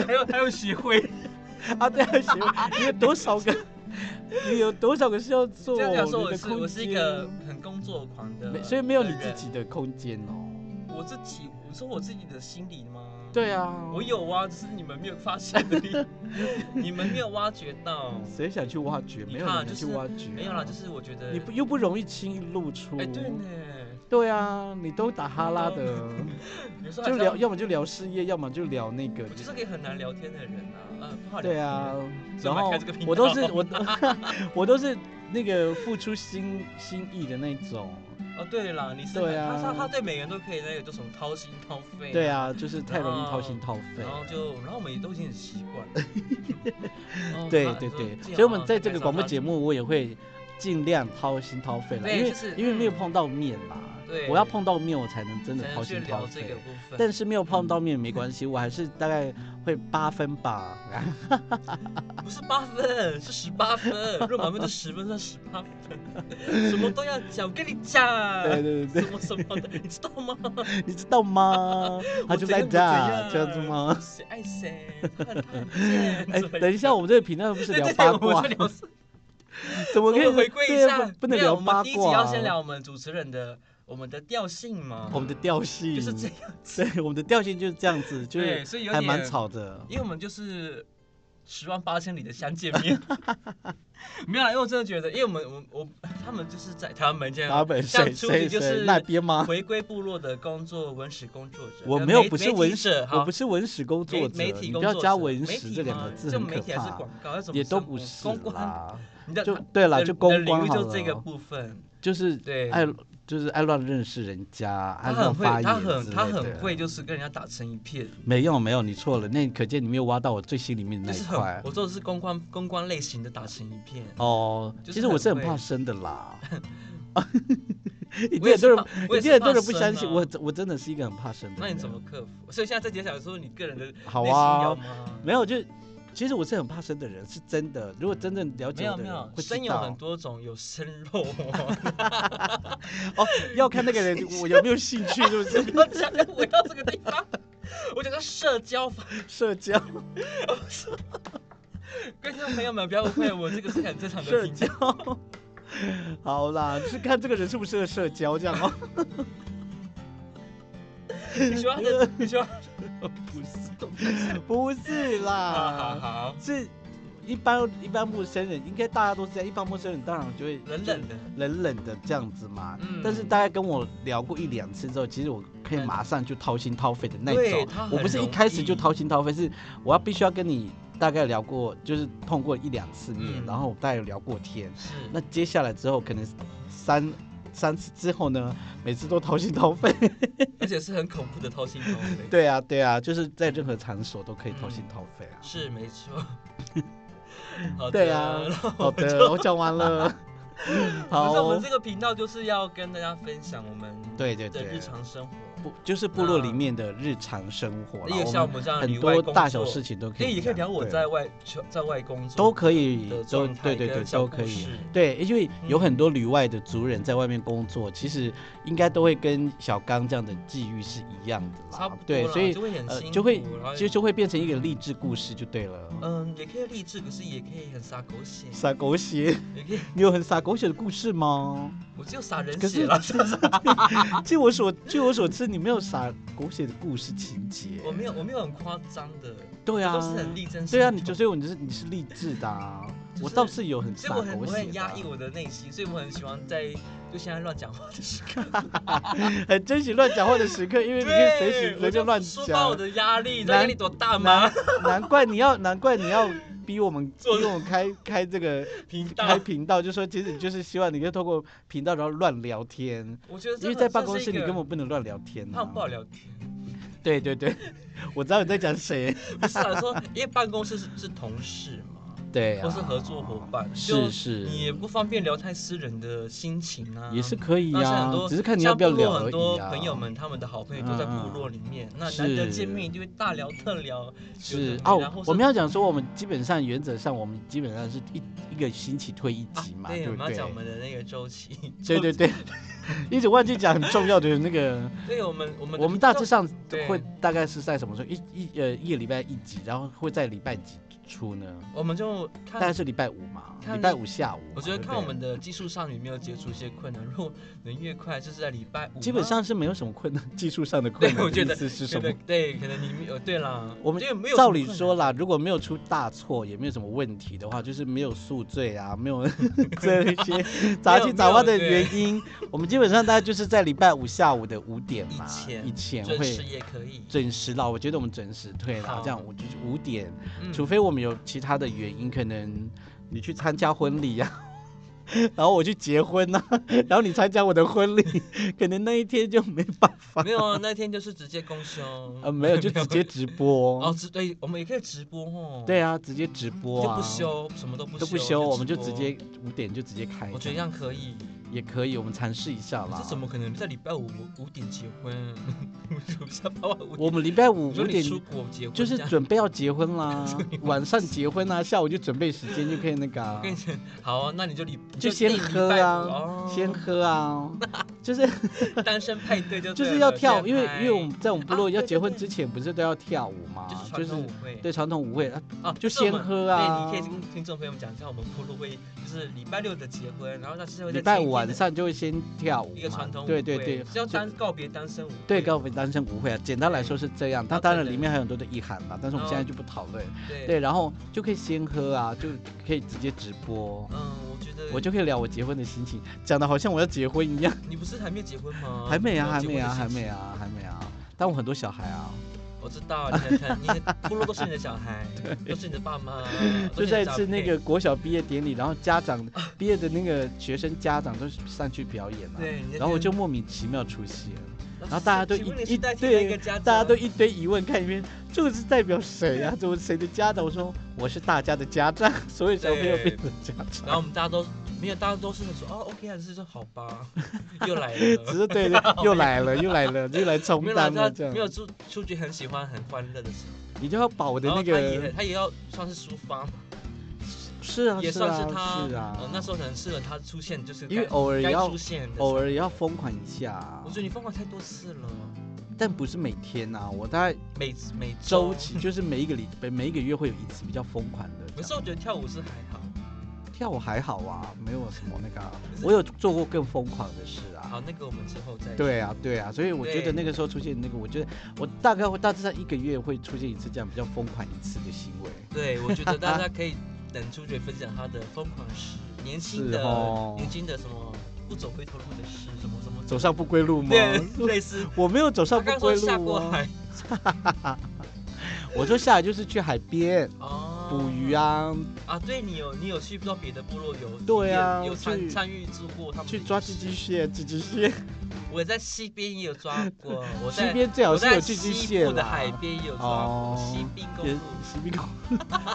Speaker 2: 还有还有 洗灰。
Speaker 1: 啊对啊，行，你有多少个？你有多少个是要做？
Speaker 2: 这样讲
Speaker 1: 哦
Speaker 2: 说，
Speaker 1: 你
Speaker 2: 我
Speaker 1: 的
Speaker 2: 是
Speaker 1: 空
Speaker 2: 我是一个
Speaker 1: 间
Speaker 2: 很工作狂的
Speaker 1: 没
Speaker 2: 人，
Speaker 1: 所以没有你自己的空间哦。
Speaker 2: 我自己，你说我自己的心理吗？，
Speaker 1: 对啊，
Speaker 2: 我。有啊，只是你们没有发现而已， 你们没有挖掘到。
Speaker 1: 谁想去挖掘？
Speaker 2: 嗯你
Speaker 1: 没有
Speaker 2: 看
Speaker 1: 人
Speaker 2: 就
Speaker 1: 去
Speaker 2: 是
Speaker 1: 挖掘啊。
Speaker 2: 没有啦，就是我觉得
Speaker 1: 你不又不容易轻易露出。
Speaker 2: 哎，对呢，
Speaker 1: 对啊，你都打哈拉 的，
Speaker 2: 有时候
Speaker 1: 就
Speaker 2: 还是
Speaker 1: 聊，
Speaker 2: 要
Speaker 1: 要么就聊事业，要么就聊那个
Speaker 2: 我。就是个很难聊天的人啊，啊，不好聊
Speaker 1: 对
Speaker 2: 天
Speaker 1: 啊，，
Speaker 2: 所
Speaker 1: 然
Speaker 2: 以我们
Speaker 1: 后
Speaker 2: 开这个频道
Speaker 1: 我都是我， 我都是那个付出心心意的那种。
Speaker 2: 哦，对啦，你是
Speaker 1: 对
Speaker 2: 他
Speaker 1: 啊
Speaker 2: 他他对每个人都可以那个这种掏心掏肺，
Speaker 1: 对，啊，就是太容易
Speaker 2: 然后
Speaker 1: 掏心掏肺
Speaker 2: 然。后就然后我们也都已经很习惯 了，哦
Speaker 1: 对
Speaker 2: 他
Speaker 1: 对
Speaker 2: 就
Speaker 1: 对，
Speaker 2: 这样
Speaker 1: 所以我们
Speaker 2: 啊
Speaker 1: 在
Speaker 2: 就
Speaker 1: 这
Speaker 2: 开
Speaker 1: 个
Speaker 2: 始
Speaker 1: 广播
Speaker 2: 要
Speaker 1: 节目，我也会尽量掏心掏肺啦，
Speaker 2: 对
Speaker 1: 因为
Speaker 2: 就是
Speaker 1: 因为没有
Speaker 2: 嗯
Speaker 1: 碰到面嘛。
Speaker 2: 对
Speaker 1: 我要碰到面，我才能真的
Speaker 2: 才
Speaker 1: 掏
Speaker 2: 能去
Speaker 1: 心掏
Speaker 2: 聊这
Speaker 1: 肺
Speaker 2: 个。部分，
Speaker 1: 但是没有碰到面没关系，我还是大概会八分 吧。
Speaker 2: 不是八分，是十八分，若满分就十分，算十八分，什么都要讲，我跟你讲，
Speaker 1: 对对对
Speaker 2: 什么什么的，你知道吗？
Speaker 1: 对，你知道 吗？他就在这儿
Speaker 2: 我怎样我怎样
Speaker 1: 这样子吗？
Speaker 2: 谁爱谁，他很他很贱
Speaker 1: 哎，
Speaker 2: 之类的
Speaker 1: 等一下，我们这个频道不是
Speaker 2: 对
Speaker 1: 聊
Speaker 2: 对对
Speaker 1: 八
Speaker 2: 我
Speaker 1: 卦
Speaker 2: 们，就聊
Speaker 1: 怎么可
Speaker 2: 我
Speaker 1: 以
Speaker 2: 们回归一
Speaker 1: 对
Speaker 2: 下，
Speaker 1: 不不能
Speaker 2: 没有
Speaker 1: 聊
Speaker 2: 我
Speaker 1: 八
Speaker 2: 们第一集要先聊
Speaker 1: 卦？啊
Speaker 2: 我们主持人的我们的调性嘛，
Speaker 1: 我们的嗯调性
Speaker 2: 就是这样，
Speaker 1: 对，我们的调性就是这样子，就
Speaker 2: 对，
Speaker 1: 是
Speaker 2: 所以有
Speaker 1: 还
Speaker 2: 点
Speaker 1: 蛮，吵的。
Speaker 2: 因为我们就是十万八千里的相见面。 没有啦，因为我真的觉得，因为我们我我他们就是在他们这
Speaker 1: 打
Speaker 2: 样，
Speaker 1: 本
Speaker 2: 像
Speaker 1: 谁
Speaker 2: 初体
Speaker 1: 谁
Speaker 2: 就
Speaker 1: 谁
Speaker 2: 是
Speaker 1: 那边吗？
Speaker 2: 回归部落的工作，文史工作者。
Speaker 1: 我
Speaker 2: 跟
Speaker 1: 没有
Speaker 2: 呃媒
Speaker 1: 不是
Speaker 2: 媒体
Speaker 1: 文
Speaker 2: 者，
Speaker 1: 我
Speaker 2: 好
Speaker 1: 不是文史工作
Speaker 2: 媒
Speaker 1: 者，
Speaker 2: 媒体
Speaker 1: 你
Speaker 2: 工
Speaker 1: 不
Speaker 2: 作
Speaker 1: 要
Speaker 2: 者，
Speaker 1: 加文
Speaker 2: 媒
Speaker 1: 史
Speaker 2: 体
Speaker 1: 这两个
Speaker 2: 吗
Speaker 1: 字
Speaker 2: 就
Speaker 1: 很
Speaker 2: 媒
Speaker 1: 可
Speaker 2: 体还是
Speaker 1: 怕
Speaker 2: 广，告，要怎么
Speaker 1: 也都
Speaker 2: 上
Speaker 1: 不
Speaker 2: 网
Speaker 1: 是
Speaker 2: 公关，
Speaker 1: 啦。
Speaker 2: 你的
Speaker 1: 就
Speaker 2: 你
Speaker 1: 对啦，
Speaker 2: 的
Speaker 1: 就
Speaker 2: 你的
Speaker 1: 公
Speaker 2: 领
Speaker 1: 关
Speaker 2: 域
Speaker 1: 好
Speaker 2: 就这个
Speaker 1: 了，
Speaker 2: 部分。
Speaker 1: 就是
Speaker 2: 对
Speaker 1: 爱就是爱乱认识人家，爱
Speaker 2: 他
Speaker 1: 乱
Speaker 2: 很会
Speaker 1: 发，言
Speaker 2: 他很他
Speaker 1: 之类
Speaker 2: 很
Speaker 1: 的
Speaker 2: 会，就是跟人家打成一片，
Speaker 1: 没有没有，你错了，那可见你没有挖到我最心里面的
Speaker 2: 就
Speaker 1: 那
Speaker 2: 是
Speaker 1: 一
Speaker 2: 很
Speaker 1: 块啊
Speaker 2: 我。做的是公关公关类型的打成一片。
Speaker 1: 哦，
Speaker 2: 就是
Speaker 1: 其实我是很
Speaker 2: 很
Speaker 1: 怕
Speaker 2: 会
Speaker 1: 生的啦。 一
Speaker 2: 我
Speaker 1: 定
Speaker 2: 也
Speaker 1: 很多
Speaker 2: 是
Speaker 1: 人
Speaker 2: 怕，我
Speaker 1: 一
Speaker 2: 也
Speaker 1: 定
Speaker 2: 是
Speaker 1: 很
Speaker 2: 怕
Speaker 1: 多人不相信
Speaker 2: 生啊
Speaker 1: 我，我真的是一个很怕生的
Speaker 2: 那
Speaker 1: 人。
Speaker 2: 你怎么克服？所以现在这节想说你个人的内心
Speaker 1: 好
Speaker 2: 有
Speaker 1: 啊？
Speaker 2: 吗？
Speaker 1: 没有，就其实我是很怕生的人，是真的。如果真正了
Speaker 2: 没
Speaker 1: 解
Speaker 2: 有
Speaker 1: 我的
Speaker 2: 没有
Speaker 1: 人，，会知
Speaker 2: 生有
Speaker 1: 道
Speaker 2: 很多种，有生肉哦。
Speaker 1: 哦，要看那个 人我有没有兴趣，是不是？
Speaker 2: 我讲的回到这个地方，我讲到社交方
Speaker 1: 社交，
Speaker 2: 观众朋友们不要误会，我这个是很正常的
Speaker 1: 社
Speaker 2: 评
Speaker 1: 交
Speaker 2: 价。。
Speaker 1: 好啦，是看这个人适不适合社交这样哦。
Speaker 2: 你说他的，你说，
Speaker 1: 不是，不是
Speaker 2: 好好
Speaker 1: 啦，
Speaker 2: 好，
Speaker 1: 是一般一般陌生人，应该大家都是这样。一般陌生人当然就会
Speaker 2: 冷冷的，
Speaker 1: 冷冷的这样子嘛。
Speaker 2: 嗯
Speaker 1: 但是大概跟我聊过一两次之后，其实我可以
Speaker 2: 嗯
Speaker 1: 马上就掏心掏肺的那
Speaker 2: 对
Speaker 1: 种
Speaker 2: 他。很
Speaker 1: 我不是一
Speaker 2: 容
Speaker 1: 开始就
Speaker 2: 易
Speaker 1: 掏心掏肺，是我要必须要跟你大概聊过，就是碰过一两次面，
Speaker 2: 嗯
Speaker 1: 然后我大概有聊过天。
Speaker 2: 是，
Speaker 1: 那接下来之后，可能三三次之后呢，每次都掏心掏肺。
Speaker 2: 而且是很恐怖的掏心掏肺。
Speaker 1: 对啊，对啊，就是在任何场所都可以掏心掏肺 啊。
Speaker 2: 是没 错。好的
Speaker 1: 对啊
Speaker 2: 然，后
Speaker 1: 好的，我讲完 了。好
Speaker 2: 哦不是我们
Speaker 1: 哦，
Speaker 2: 这个频道就是要跟大家分享我们
Speaker 1: 对对
Speaker 2: 的
Speaker 1: 对
Speaker 2: 日，常生活，
Speaker 1: 不就是部落里面的日常生活啦。
Speaker 2: 也
Speaker 1: 我
Speaker 2: 像我
Speaker 1: 们
Speaker 2: 们这样啊里
Speaker 1: 很
Speaker 2: 外
Speaker 1: 多
Speaker 2: 工作
Speaker 1: 大小事情都可
Speaker 2: 可
Speaker 1: 以
Speaker 2: 以
Speaker 1: 讲，
Speaker 2: 也可以聊我
Speaker 1: 对
Speaker 2: 在外求在外工作
Speaker 1: 都可以
Speaker 2: 的，
Speaker 1: 都
Speaker 2: 状态
Speaker 1: 对对对，
Speaker 2: 跟小
Speaker 1: 都
Speaker 2: 故
Speaker 1: 可以
Speaker 2: 事。
Speaker 1: 对，因为有
Speaker 2: 嗯
Speaker 1: 很多旅外的族人在外面工作，其实应该都会跟小刚这样的际遇是一样的啦。
Speaker 2: 差不多
Speaker 1: 对，
Speaker 2: 啦
Speaker 1: 所以
Speaker 2: 就会很
Speaker 1: 呃
Speaker 2: 辛苦，
Speaker 1: 就会
Speaker 2: 然后
Speaker 1: 就就会变成一个励志故事就对了。
Speaker 2: 嗯，也可以励志，可是也可以很撒狗血，
Speaker 1: 撒狗血，
Speaker 2: 也可以，
Speaker 1: 你有很撒狗血的故事吗？
Speaker 2: 我就撒人
Speaker 1: 可
Speaker 2: 血
Speaker 1: 是
Speaker 2: 了，啊
Speaker 1: 据我所据我所知，你没有撒狗血的故事情节。
Speaker 2: 我没有我没有很夸张的，
Speaker 1: 对啊
Speaker 2: 这都是很力争，
Speaker 1: 对啊，你就所以我你是你是励志的、啊，
Speaker 2: 就是
Speaker 1: 我倒是有很
Speaker 2: 所
Speaker 1: 撒
Speaker 2: 以我很
Speaker 1: 狗
Speaker 2: 我
Speaker 1: 血
Speaker 2: 很
Speaker 1: 的、
Speaker 2: 压
Speaker 1: 啊
Speaker 2: 抑，我的内心，所以我很喜欢在就现在乱讲话的时刻，
Speaker 1: 很珍惜乱讲话的时刻，因为你可以随时随
Speaker 2: 对我就
Speaker 1: 便乱
Speaker 2: 抒发我
Speaker 1: 讲。
Speaker 2: 的压力，你知道压力多大吗
Speaker 1: 难？难怪你要难怪你要逼我们逼
Speaker 2: 做
Speaker 1: 我们开开这个
Speaker 2: 频
Speaker 1: 开
Speaker 2: 道，
Speaker 1: 频道，就说其实你就是希望你可以透过频道然后乱聊天，
Speaker 2: 我觉得
Speaker 1: 因
Speaker 2: 这
Speaker 1: 为
Speaker 2: 很
Speaker 1: 在办
Speaker 2: 这
Speaker 1: 公
Speaker 2: 是
Speaker 1: 室
Speaker 2: 一
Speaker 1: 你
Speaker 2: 个
Speaker 1: 根本不能乱聊天、啊。
Speaker 2: 胖不好聊天，
Speaker 1: 对对 对，我知道你在讲谁。
Speaker 2: 不是啊，说因为办公室是是同事嘛，
Speaker 1: 对、啊，
Speaker 2: 或是合作伙伴，就是
Speaker 1: 是，
Speaker 2: 你也不方便聊太私人的心情啊，
Speaker 1: 也是可以
Speaker 2: 那
Speaker 1: 呀、
Speaker 2: 像很多
Speaker 1: 只是看你要不要聊
Speaker 2: 像
Speaker 1: 而
Speaker 2: 部落
Speaker 1: 已
Speaker 2: 很多
Speaker 1: 啊。嗯
Speaker 2: 朋友们，他们的好朋友都在部落里面，那难
Speaker 1: 是
Speaker 2: 得见面就会大聊特聊。
Speaker 1: 是
Speaker 2: 有的
Speaker 1: 哦
Speaker 2: 然后，是
Speaker 1: 我们要讲说，我们基本上原则上，我们基本上是一一个星期推一集嘛，
Speaker 2: 啊对，我
Speaker 1: 不
Speaker 2: 们要
Speaker 1: 对？
Speaker 2: 讲我们的那个周期。
Speaker 1: 对对 对，一直忘记讲很重要的那个，
Speaker 2: 对，我们我们的
Speaker 1: 我们大致上
Speaker 2: 对
Speaker 1: 会大概是在什么时候？一一呃一个礼拜一集，然后会在礼拜几出呢？
Speaker 2: 我们就
Speaker 1: 大概
Speaker 2: 看，
Speaker 1: 是礼拜五嘛，
Speaker 2: 看
Speaker 1: 礼拜五下午嘛。
Speaker 2: 我觉得
Speaker 1: 对不
Speaker 2: 看
Speaker 1: 对
Speaker 2: 我们的技术上有没有解除一些困难，如果能越快，就是在礼拜五吗。
Speaker 1: 基本上是没有什么困难，技术上的困
Speaker 2: 对，
Speaker 1: 难。
Speaker 2: 我觉得
Speaker 1: 意思是什
Speaker 2: 对
Speaker 1: 么？
Speaker 2: 对，可能你没有对啦，
Speaker 1: 我们
Speaker 2: 因为没有
Speaker 1: 照
Speaker 2: 什么
Speaker 1: 理
Speaker 2: 困
Speaker 1: 说
Speaker 2: 难
Speaker 1: 啦，如果没有出大错，也没有什么问题的话，就是没有宿醉啊，没 有 这一些杂七杂八的原因，我们基本上大概就是在礼拜五下午的五点嘛，
Speaker 2: 以前
Speaker 1: 以前
Speaker 2: 准时
Speaker 1: 会
Speaker 2: 也可以，
Speaker 1: 准时啦。我觉得我们准时退啦
Speaker 2: 好，
Speaker 1: 这样我就是五点，
Speaker 2: 嗯
Speaker 1: 除非我们有其他的原因，可能你去参加婚礼呀、啊 然后我去结婚呐、 然后你参加我的婚礼， 可能那一天就没办法
Speaker 2: 没。有啊，那天就是直接公休。
Speaker 1: 呃， 没有，就直接直播。
Speaker 2: 哦，直对，我们也可以直播哦。
Speaker 1: 对啊，直接直播
Speaker 2: 就
Speaker 1: 啊，
Speaker 2: 不休，什么都不
Speaker 1: 都不
Speaker 2: 休，
Speaker 1: 休，我们就
Speaker 2: 直
Speaker 1: 直
Speaker 2: 播
Speaker 1: 接五点就直接开。
Speaker 2: 我觉得这样可以。
Speaker 1: 也可以，我们尝试一下
Speaker 2: 可
Speaker 1: 啦
Speaker 2: 是。怎么可能在礼拜五五点结婚？ 我下班晚五点，
Speaker 1: 我们礼拜五
Speaker 2: 你说
Speaker 1: 五
Speaker 2: 你
Speaker 1: 点
Speaker 2: 出国结婚
Speaker 1: 就是
Speaker 2: 这样
Speaker 1: 准备要结婚 啦，晚上结婚啦，下午就准备时间就可以那个
Speaker 2: 我
Speaker 1: 啊
Speaker 2: 跟，你讲，好啊，那你就礼你
Speaker 1: 就先
Speaker 2: 定礼
Speaker 1: 喝
Speaker 2: 拜五
Speaker 1: 啊，
Speaker 2: 哦
Speaker 1: 先喝 啊，就是
Speaker 2: 单身派对就
Speaker 1: 就
Speaker 2: 对
Speaker 1: 是要
Speaker 2: 了
Speaker 1: 跳，
Speaker 2: 先
Speaker 1: 因为
Speaker 2: 嗨
Speaker 1: 因为我们在我们部落
Speaker 2: 啊
Speaker 1: 要
Speaker 2: 对
Speaker 1: 结婚
Speaker 2: 对
Speaker 1: 之
Speaker 2: 对
Speaker 1: 前不是都要跳舞嘛
Speaker 2: 就是，
Speaker 1: 就
Speaker 2: 传
Speaker 1: 是
Speaker 2: 统舞会
Speaker 1: 对传统舞会，啊
Speaker 2: 啊，
Speaker 1: 就
Speaker 2: 这我
Speaker 1: 先
Speaker 2: 们
Speaker 1: 喝啊
Speaker 2: 对，你可以跟听众朋友们讲一下，我们部落会就是礼拜六的结婚，然后那是会在
Speaker 1: 礼拜
Speaker 2: 前一
Speaker 1: 五
Speaker 2: 天
Speaker 1: 晚
Speaker 2: 的
Speaker 1: 上就会先跳舞
Speaker 2: 一个
Speaker 1: 嘛
Speaker 2: 传统，舞
Speaker 1: 对对
Speaker 2: 会
Speaker 1: 对，
Speaker 2: 是要单告别单身舞
Speaker 1: 对
Speaker 2: 会
Speaker 1: 高分单身不会啊，简单来说是这样，它当然里面还有很多的意涵啦，但是我们现在
Speaker 2: 哦
Speaker 1: 就不讨论。
Speaker 2: 对
Speaker 1: 对，然后就可以先喝啊，就可以直接直播，
Speaker 2: 嗯，我觉得
Speaker 1: 我就可以聊我结婚的心情，讲的好像我要结婚一样。
Speaker 2: 你不是还没有结婚吗？
Speaker 1: 还没啊，还
Speaker 2: 哦你有
Speaker 1: 没
Speaker 2: 结婚
Speaker 1: 啊，
Speaker 2: 的
Speaker 1: 还
Speaker 2: 信息
Speaker 1: 没。啊，还没啊，但我很多小孩啊，
Speaker 2: 我知道，你很疼，你的部落都是你的小 孩，都是你的爸妈，
Speaker 1: 就在
Speaker 2: 在
Speaker 1: 一次那个国小毕业典礼，然后家长毕业的那个学生家长都上去表演啊，
Speaker 2: 对，你在
Speaker 1: 然后我
Speaker 2: 跟
Speaker 1: 就，莫名其妙出现。然后大家都
Speaker 2: 请问
Speaker 1: 一
Speaker 2: 你是
Speaker 1: 一
Speaker 2: 代替那
Speaker 1: 对
Speaker 2: 个家啊长，
Speaker 1: 大家都一堆疑问看一遍，这个是代表谁呀、啊？怎么谁的家长？我说我是大家的家长， 所有小朋友
Speaker 2: 对
Speaker 1: 变成家长。
Speaker 2: 然后我们大家都没有，大家都是很说哦，OK，还是说好 吧，又来了
Speaker 1: 只。是对，又来了，又来了，又来充
Speaker 2: 没有啦，
Speaker 1: 当
Speaker 2: 大
Speaker 1: 了
Speaker 2: 家
Speaker 1: 这
Speaker 2: 没有
Speaker 1: 样。
Speaker 2: 出出去很喜欢很欢乐的时候，
Speaker 1: 你就要把我的
Speaker 2: 然
Speaker 1: 那
Speaker 2: 哦后他也
Speaker 1: 个
Speaker 2: 他也要算是抒发嘛，
Speaker 1: 是啊，
Speaker 2: 也
Speaker 1: 是
Speaker 2: 算
Speaker 1: 啊，
Speaker 2: 是他
Speaker 1: 是啊
Speaker 2: 呃，那时候可能适合他出现，就是
Speaker 1: 因为
Speaker 2: 该
Speaker 1: 偶尔
Speaker 2: 该
Speaker 1: 要
Speaker 2: 出现的时候
Speaker 1: 偶尔也要疯狂一下啊
Speaker 2: 我，觉得你疯狂太多次了，
Speaker 1: 但不是每天啊，我大概
Speaker 2: 每每
Speaker 1: 周期啊就是每一个礼拜每一个月会有一次比较疯狂的这样。
Speaker 2: 可哦是我觉得跳舞是还好。
Speaker 1: 跳舞还好啊，没有什么那个啊、
Speaker 2: 是
Speaker 1: 我有做过更疯狂的事啊。
Speaker 2: 好，那个我们之后再
Speaker 1: 对啊，对啊，所以我觉得
Speaker 2: 对
Speaker 1: 那个时候出现那个，我觉得我大概会大致上一个月会出现一次这样比较疯狂一次的行为。
Speaker 2: 对，我觉得大家可以等朱爵分享他的疯狂事，年轻
Speaker 1: 是
Speaker 2: 的、
Speaker 1: 哦
Speaker 2: 年轻的什么不走回头路的事，什么什么
Speaker 1: 走上不归路吗？
Speaker 2: 对类似。
Speaker 1: 我没有走
Speaker 2: 他
Speaker 1: 上不
Speaker 2: 刚
Speaker 1: 归
Speaker 2: 说
Speaker 1: 路、啊
Speaker 2: 下过海，
Speaker 1: 我说下来就是去海边
Speaker 2: 哦，
Speaker 1: 捕鱼啊，
Speaker 2: 啊！对你有你有去到别的部落有
Speaker 1: 对啊
Speaker 2: 体验有参
Speaker 1: 去
Speaker 2: 参与之过他们
Speaker 1: 去
Speaker 2: 的
Speaker 1: 抓
Speaker 2: 仪
Speaker 1: 寄
Speaker 2: 式
Speaker 1: 居。蟹，寄居 蟹。
Speaker 2: 我在西边也有抓 过，我
Speaker 1: 西
Speaker 2: 在
Speaker 1: 边最好
Speaker 2: 我
Speaker 1: 是
Speaker 2: 在
Speaker 1: 有寄居
Speaker 2: 西
Speaker 1: 蟹
Speaker 2: 部的
Speaker 1: 啦
Speaker 2: 海边也有抓过，
Speaker 1: 哦
Speaker 2: 西滨公
Speaker 1: 也
Speaker 2: 路、
Speaker 1: 西滨口，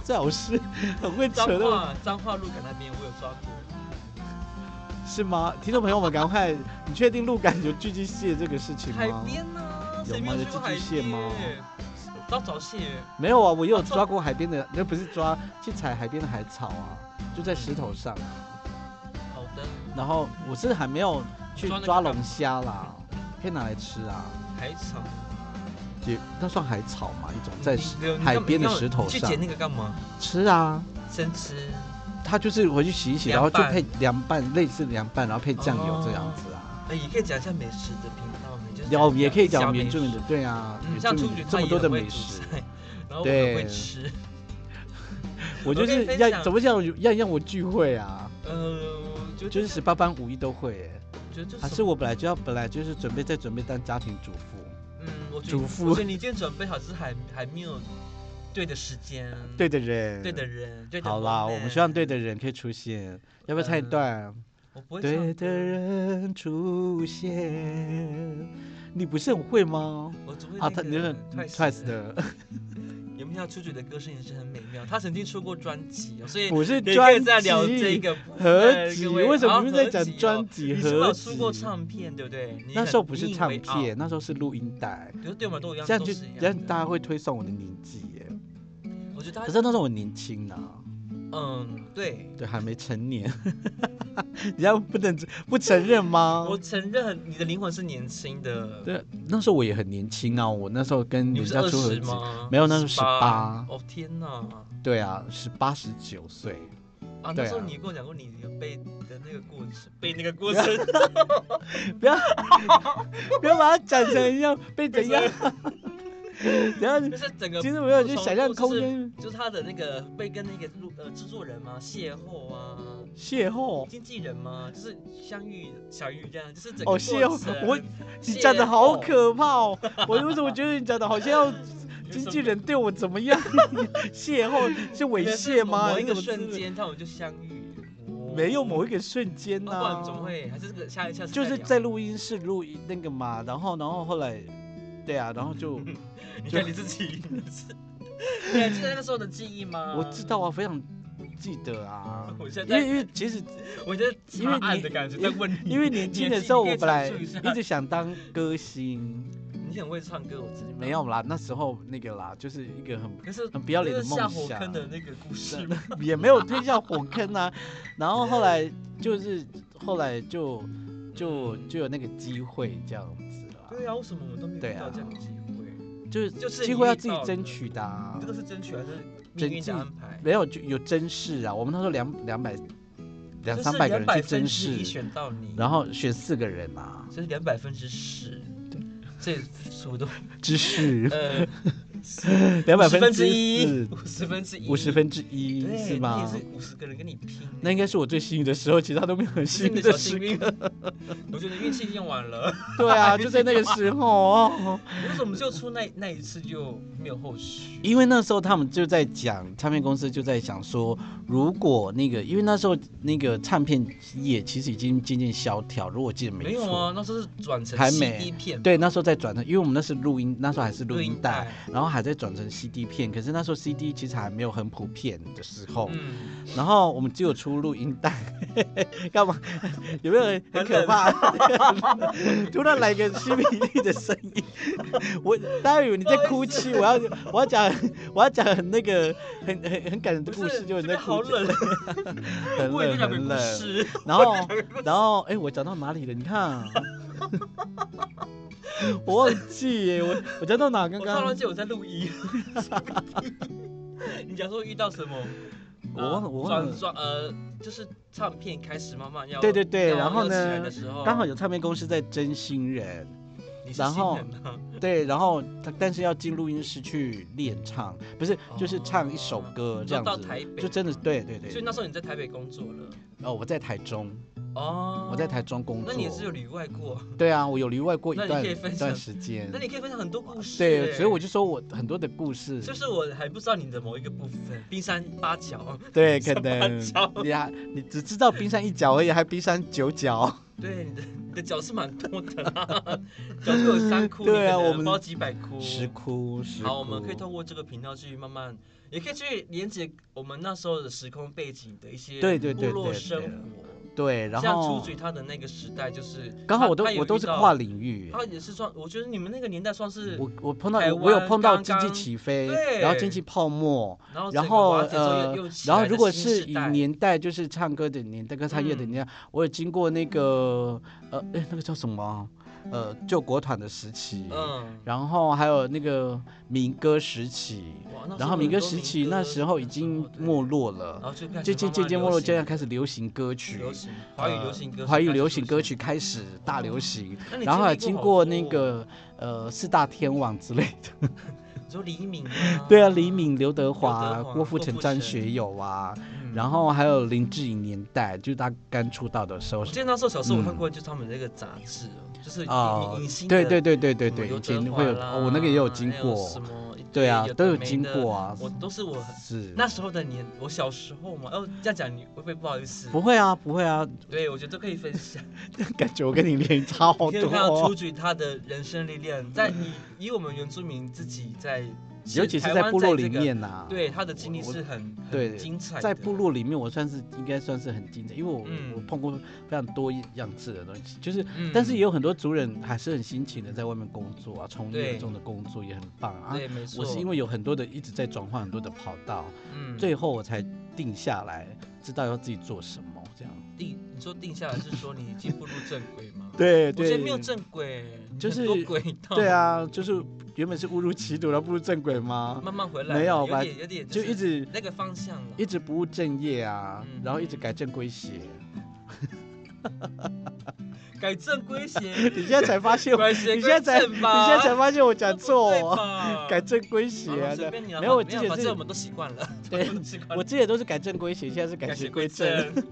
Speaker 1: 最好是很会
Speaker 2: 彰
Speaker 1: 扯的，
Speaker 2: 化彰化鹿港那边我有抓过，
Speaker 1: 是吗？听众朋友们，赶快，你确定鹿港有寄居蟹这个事情
Speaker 2: 海
Speaker 1: 吗？
Speaker 2: 边呐，
Speaker 1: 有
Speaker 2: 谁没
Speaker 1: 吗
Speaker 2: 有
Speaker 1: 有
Speaker 2: 去过
Speaker 1: 寄
Speaker 2: 海
Speaker 1: 居蟹
Speaker 2: 边
Speaker 1: 吗？
Speaker 2: 到早蟹，
Speaker 1: 没有啊，我也有
Speaker 2: 啊
Speaker 1: 抓过海边的，那不是抓，去采海边的海草啊，就在石头上。
Speaker 2: 好的，
Speaker 1: 然后我是还没有去
Speaker 2: 抓那个
Speaker 1: 抓
Speaker 2: 干
Speaker 1: 龙虾啦，可以拿来吃啊，
Speaker 2: 海草
Speaker 1: 也那算海草嘛，一种在
Speaker 2: 你
Speaker 1: 石
Speaker 2: 你你
Speaker 1: 海
Speaker 2: 干嘛
Speaker 1: 边的
Speaker 2: 你干嘛
Speaker 1: 石头
Speaker 2: 去
Speaker 1: 上
Speaker 2: 捡那个干嘛？
Speaker 1: 吃啊。
Speaker 2: 生吃，
Speaker 1: 它就是回去洗一洗，然
Speaker 2: 凉
Speaker 1: 后就
Speaker 2: 拌
Speaker 1: 配凉拌，类似凉拌，然后配酱油这样子啊。
Speaker 2: 那哎也可以讲一下美食的频道呢，就是
Speaker 1: 然后
Speaker 2: 讲
Speaker 1: 也可以
Speaker 2: 小
Speaker 1: 讲
Speaker 2: 美
Speaker 1: 原住民
Speaker 2: 食
Speaker 1: 的，，对啊，
Speaker 2: 嗯，
Speaker 1: 原
Speaker 2: 像
Speaker 1: 住
Speaker 2: 出
Speaker 1: 民
Speaker 2: 去
Speaker 1: 这么多的美食，，
Speaker 2: 然后我
Speaker 1: 对
Speaker 2: 们会吃，
Speaker 1: 我就
Speaker 2: 我跟
Speaker 1: 是
Speaker 2: 你分
Speaker 1: 要
Speaker 2: 享
Speaker 1: 怎么讲，要让我聚会啊，
Speaker 2: 呃，我觉得
Speaker 1: 就是十八般武艺都会耶。
Speaker 2: 觉得就
Speaker 1: 还
Speaker 2: 什
Speaker 1: 是
Speaker 2: 么
Speaker 1: 我本来就要本来就是准备再准备当家庭主妇，
Speaker 2: 嗯，我觉得
Speaker 1: 主妇
Speaker 2: 我觉得你今天准备好，只是还还没有对的时间，
Speaker 1: 对的人，
Speaker 2: 对的人，对的
Speaker 1: 好啦，
Speaker 2: moment
Speaker 1: 我们希望对的，人可以出现，要不要唱一段？
Speaker 2: 我不会
Speaker 1: 对
Speaker 2: 唱
Speaker 1: 的
Speaker 2: 歌，
Speaker 1: 人出现，你不是很会吗？
Speaker 2: 我只会
Speaker 1: 啊，
Speaker 2: 那
Speaker 1: 他
Speaker 2: 个
Speaker 1: 你就是
Speaker 2: Twice
Speaker 1: Twice 的，
Speaker 2: 有没有出觉的歌声也是很美妙？他曾经出过专辑哦，所以
Speaker 1: 不是
Speaker 2: 你可以
Speaker 1: 专
Speaker 2: 再聊这
Speaker 1: 辑
Speaker 2: 个部
Speaker 1: 合
Speaker 2: 分
Speaker 1: 集，
Speaker 2: 各位
Speaker 1: 为什么
Speaker 2: 啊
Speaker 1: 你们在
Speaker 2: 合
Speaker 1: 讲
Speaker 2: 集哦
Speaker 1: 专辑
Speaker 2: 你是不是
Speaker 1: 合
Speaker 2: 有出过
Speaker 1: 集？
Speaker 2: 唱片，对不对？你
Speaker 1: 那
Speaker 2: 很
Speaker 1: 时候不是
Speaker 2: 引以
Speaker 1: 唱
Speaker 2: 为傲
Speaker 1: 片，，那时候是录音带，
Speaker 2: 可是对我们都一样，
Speaker 1: 这样
Speaker 2: 都
Speaker 1: 就是
Speaker 2: 一
Speaker 1: 这样
Speaker 2: 样的嗯
Speaker 1: 大家会推算我的年纪耶。
Speaker 2: 我觉得
Speaker 1: 可
Speaker 2: 他
Speaker 1: 是那时候我年轻啊，
Speaker 2: 嗯，对，
Speaker 1: 对，还没成年， 你要不能不承认吗？
Speaker 2: 我承认你的灵魂是年轻的，
Speaker 1: 对，那时候我也很年轻啊，我那时候跟
Speaker 2: 你
Speaker 1: 人
Speaker 2: 不是
Speaker 1: 家
Speaker 2: 二
Speaker 1: 出合
Speaker 2: 十
Speaker 1: 集，
Speaker 2: 吗？
Speaker 1: 没有那时候18
Speaker 2: 哦天哪！
Speaker 1: 对啊，是八十九岁，
Speaker 2: 啊，
Speaker 1: 对
Speaker 2: 那
Speaker 1: 啊
Speaker 2: 时候你跟我讲过你被的那个过程，被那个过程，
Speaker 1: 不要不要把它讲成一样被怎样， 然后
Speaker 2: 就是整个
Speaker 1: 其实我有去想象空
Speaker 2: 就是，
Speaker 1: 间
Speaker 2: 就是他的那个被跟那个录呃制作人嘛邂逅啊，
Speaker 1: 邂逅。
Speaker 2: 经纪人嘛，就是相遇小遇这样，就是整个
Speaker 1: 哦，邂
Speaker 2: 过
Speaker 1: 逅，
Speaker 2: 程
Speaker 1: 我你讲的好可怕哦！我为什么觉得你讲的好 像要经纪人对我怎么样？邂逅是猥亵吗？
Speaker 2: 某一
Speaker 1: 还是什么之
Speaker 2: 个瞬
Speaker 1: 类的，
Speaker 2: 间，他们就相遇。
Speaker 1: 没有某
Speaker 2: 一
Speaker 1: 一个瞬间
Speaker 2: 不
Speaker 1: 呐、
Speaker 2: 然怎么会？还是这个下一下次
Speaker 1: 就
Speaker 2: 再
Speaker 1: 是
Speaker 2: 聊
Speaker 1: 在录音室录音那个嘛，然后然后后来，对啊，然后 就
Speaker 2: 你
Speaker 1: 就
Speaker 2: 看你自己，你是你还记得那时候的记忆吗？
Speaker 1: 我知道啊，非常记得啊
Speaker 2: ，我现
Speaker 1: 因为
Speaker 2: 在
Speaker 1: 因为其 实
Speaker 2: 我觉得
Speaker 1: 因为
Speaker 2: 查案
Speaker 1: 你
Speaker 2: 的感觉在问你，
Speaker 1: 因为年轻的时候，
Speaker 2: 你
Speaker 1: 我
Speaker 2: 可以
Speaker 1: 本来
Speaker 2: 阐述一下
Speaker 1: 一直想当歌星，
Speaker 2: 你很会唱歌，我知道。
Speaker 1: 没，有啦，那时候那个啦，就是一个很
Speaker 2: 可是
Speaker 1: 很不要脸的
Speaker 2: 那是
Speaker 1: 梦
Speaker 2: 下火
Speaker 1: 想
Speaker 2: 坑，的那个故事吗？
Speaker 1: 也没有推下火坑啊。然后后来就是后来就就就有那个机会这样子
Speaker 2: 对
Speaker 1: 啦，
Speaker 2: 啊，为什么我们都没有
Speaker 1: 对
Speaker 2: 遇
Speaker 1: 啊
Speaker 2: 到这样的机会？
Speaker 1: 就是
Speaker 2: 就是
Speaker 1: 机会
Speaker 2: 你
Speaker 1: 要
Speaker 2: 遇
Speaker 1: 自己
Speaker 2: 到
Speaker 1: 争
Speaker 2: 的
Speaker 1: 取的啊
Speaker 2: 你这。个是争取还是
Speaker 1: 争
Speaker 2: 命运
Speaker 1: 气
Speaker 2: 的安排？
Speaker 1: 没有就有真事啊，我们那时候两两百两
Speaker 2: 就是
Speaker 1: 三百个人去
Speaker 2: 200
Speaker 1: 真
Speaker 2: 分之一
Speaker 1: 事，
Speaker 2: 选到你，
Speaker 1: 然后选四个人啊，
Speaker 2: 这是两百分之十，这数都
Speaker 1: 知识
Speaker 2: 呃
Speaker 1: 两百
Speaker 2: 50分之
Speaker 1: 一
Speaker 2: 一，，五十分之一，
Speaker 1: 五十分之一
Speaker 2: 对
Speaker 1: 是
Speaker 2: 那
Speaker 1: 吗
Speaker 2: 也？是五十个人跟你拼，
Speaker 1: 那应该是我最幸运的时候，其他都没有很
Speaker 2: 是
Speaker 1: 幸
Speaker 2: 你
Speaker 1: 运
Speaker 2: 的
Speaker 1: 的
Speaker 2: 小
Speaker 1: 时
Speaker 2: 幸
Speaker 1: 刻。
Speaker 2: 运。我觉得运气用完了，
Speaker 1: 对 啊，就在那个时候哦，
Speaker 2: 为什么就出那那一次就没有后续？
Speaker 1: 因为那时候他们就在讲，唱片公司就在讲说，如果那个，因为那时候那个唱片业其实已经渐渐萧条，如果我记得
Speaker 2: 没
Speaker 1: 没
Speaker 2: 有
Speaker 1: 错，
Speaker 2: 啊，那时候是转成
Speaker 1: 还没
Speaker 2: CD 片，
Speaker 1: 对，那时候在转成，因为我们那是录音，那时候还是录
Speaker 2: 录
Speaker 1: 音
Speaker 2: 音
Speaker 1: 带
Speaker 2: 带，
Speaker 1: 然后还在转成 CD 片，可是那时候 CD 其实还没有很普遍的时候，
Speaker 2: 嗯，
Speaker 1: 然后我们只有出录音带， 干嘛？有没有很很可 怕？突然来个吸鼻涕的声音，我大家以为你在哭泣， 我要我要讲我要讲很那个很很很感人的故
Speaker 2: 不
Speaker 1: 事，
Speaker 2: 是
Speaker 1: 就你在
Speaker 2: 这边好
Speaker 1: 哭泣，
Speaker 2: 冷，
Speaker 1: 很
Speaker 2: 我也在
Speaker 1: 冷
Speaker 2: 讲鬼
Speaker 1: 很
Speaker 2: 故
Speaker 1: 冷。
Speaker 2: 事。
Speaker 1: 然后，然后，哎、我讲到哪里了？你看、 啊，我忘记耶，我我讲到哪？刚
Speaker 2: 我突然
Speaker 1: 刚
Speaker 2: 忘记我在录音。你讲说遇到什么？
Speaker 1: 我忘了，我忘了
Speaker 2: 转。转呃，就是唱片开始慢慢要
Speaker 1: 对对对
Speaker 2: 要
Speaker 1: 然后
Speaker 2: 要起
Speaker 1: 呢
Speaker 2: 来的时候，
Speaker 1: 刚好有唱片公司在征新人，
Speaker 2: 你是
Speaker 1: 然
Speaker 2: 新
Speaker 1: 后
Speaker 2: 人吗
Speaker 1: 对，然后他但是要进录音室去练唱，不是就是唱一首歌
Speaker 2: 哦
Speaker 1: 这样
Speaker 2: 到
Speaker 1: 子
Speaker 2: 台，北
Speaker 1: 就真的对对
Speaker 2: 所以
Speaker 1: 对。
Speaker 2: 那时候你在台北工作了
Speaker 1: 哦，我在台中，
Speaker 2: 哦，
Speaker 1: 我在台中工作。
Speaker 2: 那你也是有旅外过，
Speaker 1: 对啊，我有旅外过一
Speaker 2: 那你
Speaker 1: 段
Speaker 2: 可以分
Speaker 1: 一段
Speaker 2: 享
Speaker 1: 时间
Speaker 2: 那。你可以分享很多故事欸。
Speaker 1: 对，所以我就说我很多的故事，
Speaker 2: 就是我还不知道你的某一个部分，冰山八角，
Speaker 1: 对，可
Speaker 2: 什么
Speaker 1: 能
Speaker 2: 角
Speaker 1: 你还你只知道冰山一角而已，还冰山九角。
Speaker 2: 对你的你的角是蛮多的 啦，角是有三窟，
Speaker 1: 对啊
Speaker 2: 你可能
Speaker 1: 我们
Speaker 2: 包几百窟，
Speaker 1: 石窟，石窟。
Speaker 2: 好，我们可以通过这个频道去慢慢，也可以去连接我们那时候的时空背景的一些
Speaker 1: 对对
Speaker 2: 部
Speaker 1: 对
Speaker 2: 落
Speaker 1: 对
Speaker 2: 生
Speaker 1: 对
Speaker 2: 活，
Speaker 1: 对，然
Speaker 2: 像出
Speaker 1: 后
Speaker 2: 嘴他的那个时代，就是
Speaker 1: 刚好
Speaker 2: 他
Speaker 1: 我都
Speaker 2: 他有
Speaker 1: 我都
Speaker 2: 遇
Speaker 1: 是
Speaker 2: 到
Speaker 1: 跨领域，
Speaker 2: 他也是算，我觉得你们那个年代算是，
Speaker 1: 我我碰到
Speaker 2: 台
Speaker 1: 我有
Speaker 2: 湾
Speaker 1: 碰到
Speaker 2: 刚
Speaker 1: 经济
Speaker 2: 刚
Speaker 1: 起飞，
Speaker 2: 对
Speaker 1: 然后经济泡沫，
Speaker 2: 然后
Speaker 1: 然
Speaker 2: 整个
Speaker 1: 后
Speaker 2: 瓦解之后
Speaker 1: 呃
Speaker 2: 又又，起
Speaker 1: 然后
Speaker 2: 来
Speaker 1: 如
Speaker 2: 的
Speaker 1: 果
Speaker 2: 新
Speaker 1: 是
Speaker 2: 时
Speaker 1: 以
Speaker 2: 代
Speaker 1: 年代就是唱歌的年代跟唱乐的
Speaker 2: 嗯
Speaker 1: 年代，我有经过那个呃哎那个叫什么啊呃救国团的时期，
Speaker 2: 嗯，
Speaker 1: 然后还有那个民歌时期，
Speaker 2: 哇那时
Speaker 1: 然后
Speaker 2: 候有
Speaker 1: 民
Speaker 2: 很
Speaker 1: 歌
Speaker 2: 多
Speaker 1: 时
Speaker 2: 民
Speaker 1: 期那
Speaker 2: 歌
Speaker 1: 时候已经没落
Speaker 2: 然
Speaker 1: 了，
Speaker 2: 后哦就开始
Speaker 1: 渐渐
Speaker 2: 慢
Speaker 1: 渐
Speaker 2: 慢
Speaker 1: 渐没
Speaker 2: 流
Speaker 1: 落，渐
Speaker 2: 行
Speaker 1: 渐开始流行歌曲，
Speaker 2: 流行华语
Speaker 1: 呃
Speaker 2: 流行歌曲，
Speaker 1: 华语流行歌曲，开始大流行，
Speaker 2: 那你
Speaker 1: 然后还
Speaker 2: 经
Speaker 1: 经
Speaker 2: 历
Speaker 1: 过
Speaker 2: 好
Speaker 1: 那
Speaker 2: 多哦，
Speaker 1: 个呃四大天王之类的，
Speaker 2: 你说黎明
Speaker 1: 对啊，黎明、刘德
Speaker 2: 刘
Speaker 1: 华、
Speaker 2: 德华
Speaker 1: 郭富城、
Speaker 2: 郭富
Speaker 1: 张
Speaker 2: 城
Speaker 1: 学友啊，
Speaker 2: 嗯，
Speaker 1: 然后还有林志颖年代，就是他刚出道的时候
Speaker 2: 我，记得那时候小时候我看
Speaker 1: 嗯
Speaker 2: 过，就是他们那个杂志哦，就是
Speaker 1: 啊
Speaker 2: 影影星
Speaker 1: 对
Speaker 2: 的
Speaker 1: 对对对对
Speaker 2: 什么
Speaker 1: 对，
Speaker 2: 刘
Speaker 1: 以
Speaker 2: 德
Speaker 1: 前
Speaker 2: 华
Speaker 1: 会有，
Speaker 2: 啦
Speaker 1: 哦我那个也有经
Speaker 2: 还什
Speaker 1: 过，
Speaker 2: 么一
Speaker 1: 对啊
Speaker 2: 堆，
Speaker 1: 都有
Speaker 2: 的没
Speaker 1: 经
Speaker 2: 的
Speaker 1: 过啊，
Speaker 2: 我都是我很
Speaker 1: 是，
Speaker 2: 那时候的年，我小时候嘛，哦，这样讲你会不会不好意思？
Speaker 1: 不会啊不会啊，
Speaker 2: 对，我觉得都可以分享。
Speaker 1: 感觉我跟你年龄差好
Speaker 2: 你可以
Speaker 1: 多
Speaker 2: 看到
Speaker 1: 哦
Speaker 2: 出，局他的人生历练，在以以我们原住民自己在，
Speaker 1: 尤其是
Speaker 2: 台
Speaker 1: 在
Speaker 2: 湾
Speaker 1: 部落
Speaker 2: 这
Speaker 1: 里
Speaker 2: 个，
Speaker 1: 面呐，
Speaker 2: 对他的经历
Speaker 1: 我我
Speaker 2: 是很
Speaker 1: 啊对
Speaker 2: 啊很精彩的，
Speaker 1: 在部落里面，我算是应该算是很精彩，因为我、
Speaker 2: 嗯
Speaker 1: 我碰过非常多样式的东西，就是，
Speaker 2: 嗯
Speaker 1: 但是也有很多族人还是很辛勤的在外面工作啊，从业
Speaker 2: 对
Speaker 1: 中的工作也很棒啊。
Speaker 2: 对，没错，
Speaker 1: 我是因为有很多的一直在转换很多的跑道，
Speaker 2: 嗯，
Speaker 1: 最后我才定下来，知道要自己做什么这样。
Speaker 2: 定你说定下来是说你已经步入正轨吗？
Speaker 1: 对
Speaker 2: 我觉得没有正轨，
Speaker 1: 就是
Speaker 2: 很多轨道，
Speaker 1: 对，啊，就是原本是误入歧途，然后步入正轨吗？
Speaker 2: 慢慢回来，
Speaker 1: 没有
Speaker 2: 有
Speaker 1: 吧
Speaker 2: 点有点
Speaker 1: 就是一直
Speaker 2: 那个方向啊了，
Speaker 1: 一直不务正业啊，
Speaker 2: 嗯
Speaker 1: 然后一直改正归邪。
Speaker 2: 改正归邪，
Speaker 1: 你现在才发现我，
Speaker 2: 改邪
Speaker 1: 你现在才
Speaker 2: 归正
Speaker 1: 你
Speaker 2: 吧，
Speaker 1: 现在才发现我
Speaker 2: 这
Speaker 1: 讲
Speaker 2: 不
Speaker 1: 错
Speaker 2: 对
Speaker 1: 哦。
Speaker 2: 吧
Speaker 1: 改正归邪
Speaker 2: 好了
Speaker 1: 啊，
Speaker 2: 随便你了，
Speaker 1: 没有我
Speaker 2: 反
Speaker 1: 之前
Speaker 2: 反
Speaker 1: 是
Speaker 2: 正我们都习惯 了，
Speaker 1: 对
Speaker 2: 我们习惯
Speaker 1: 我
Speaker 2: 了，
Speaker 1: 之前都是改正归邪，现在是改邪
Speaker 2: 邪
Speaker 1: 归正。
Speaker 2: 正，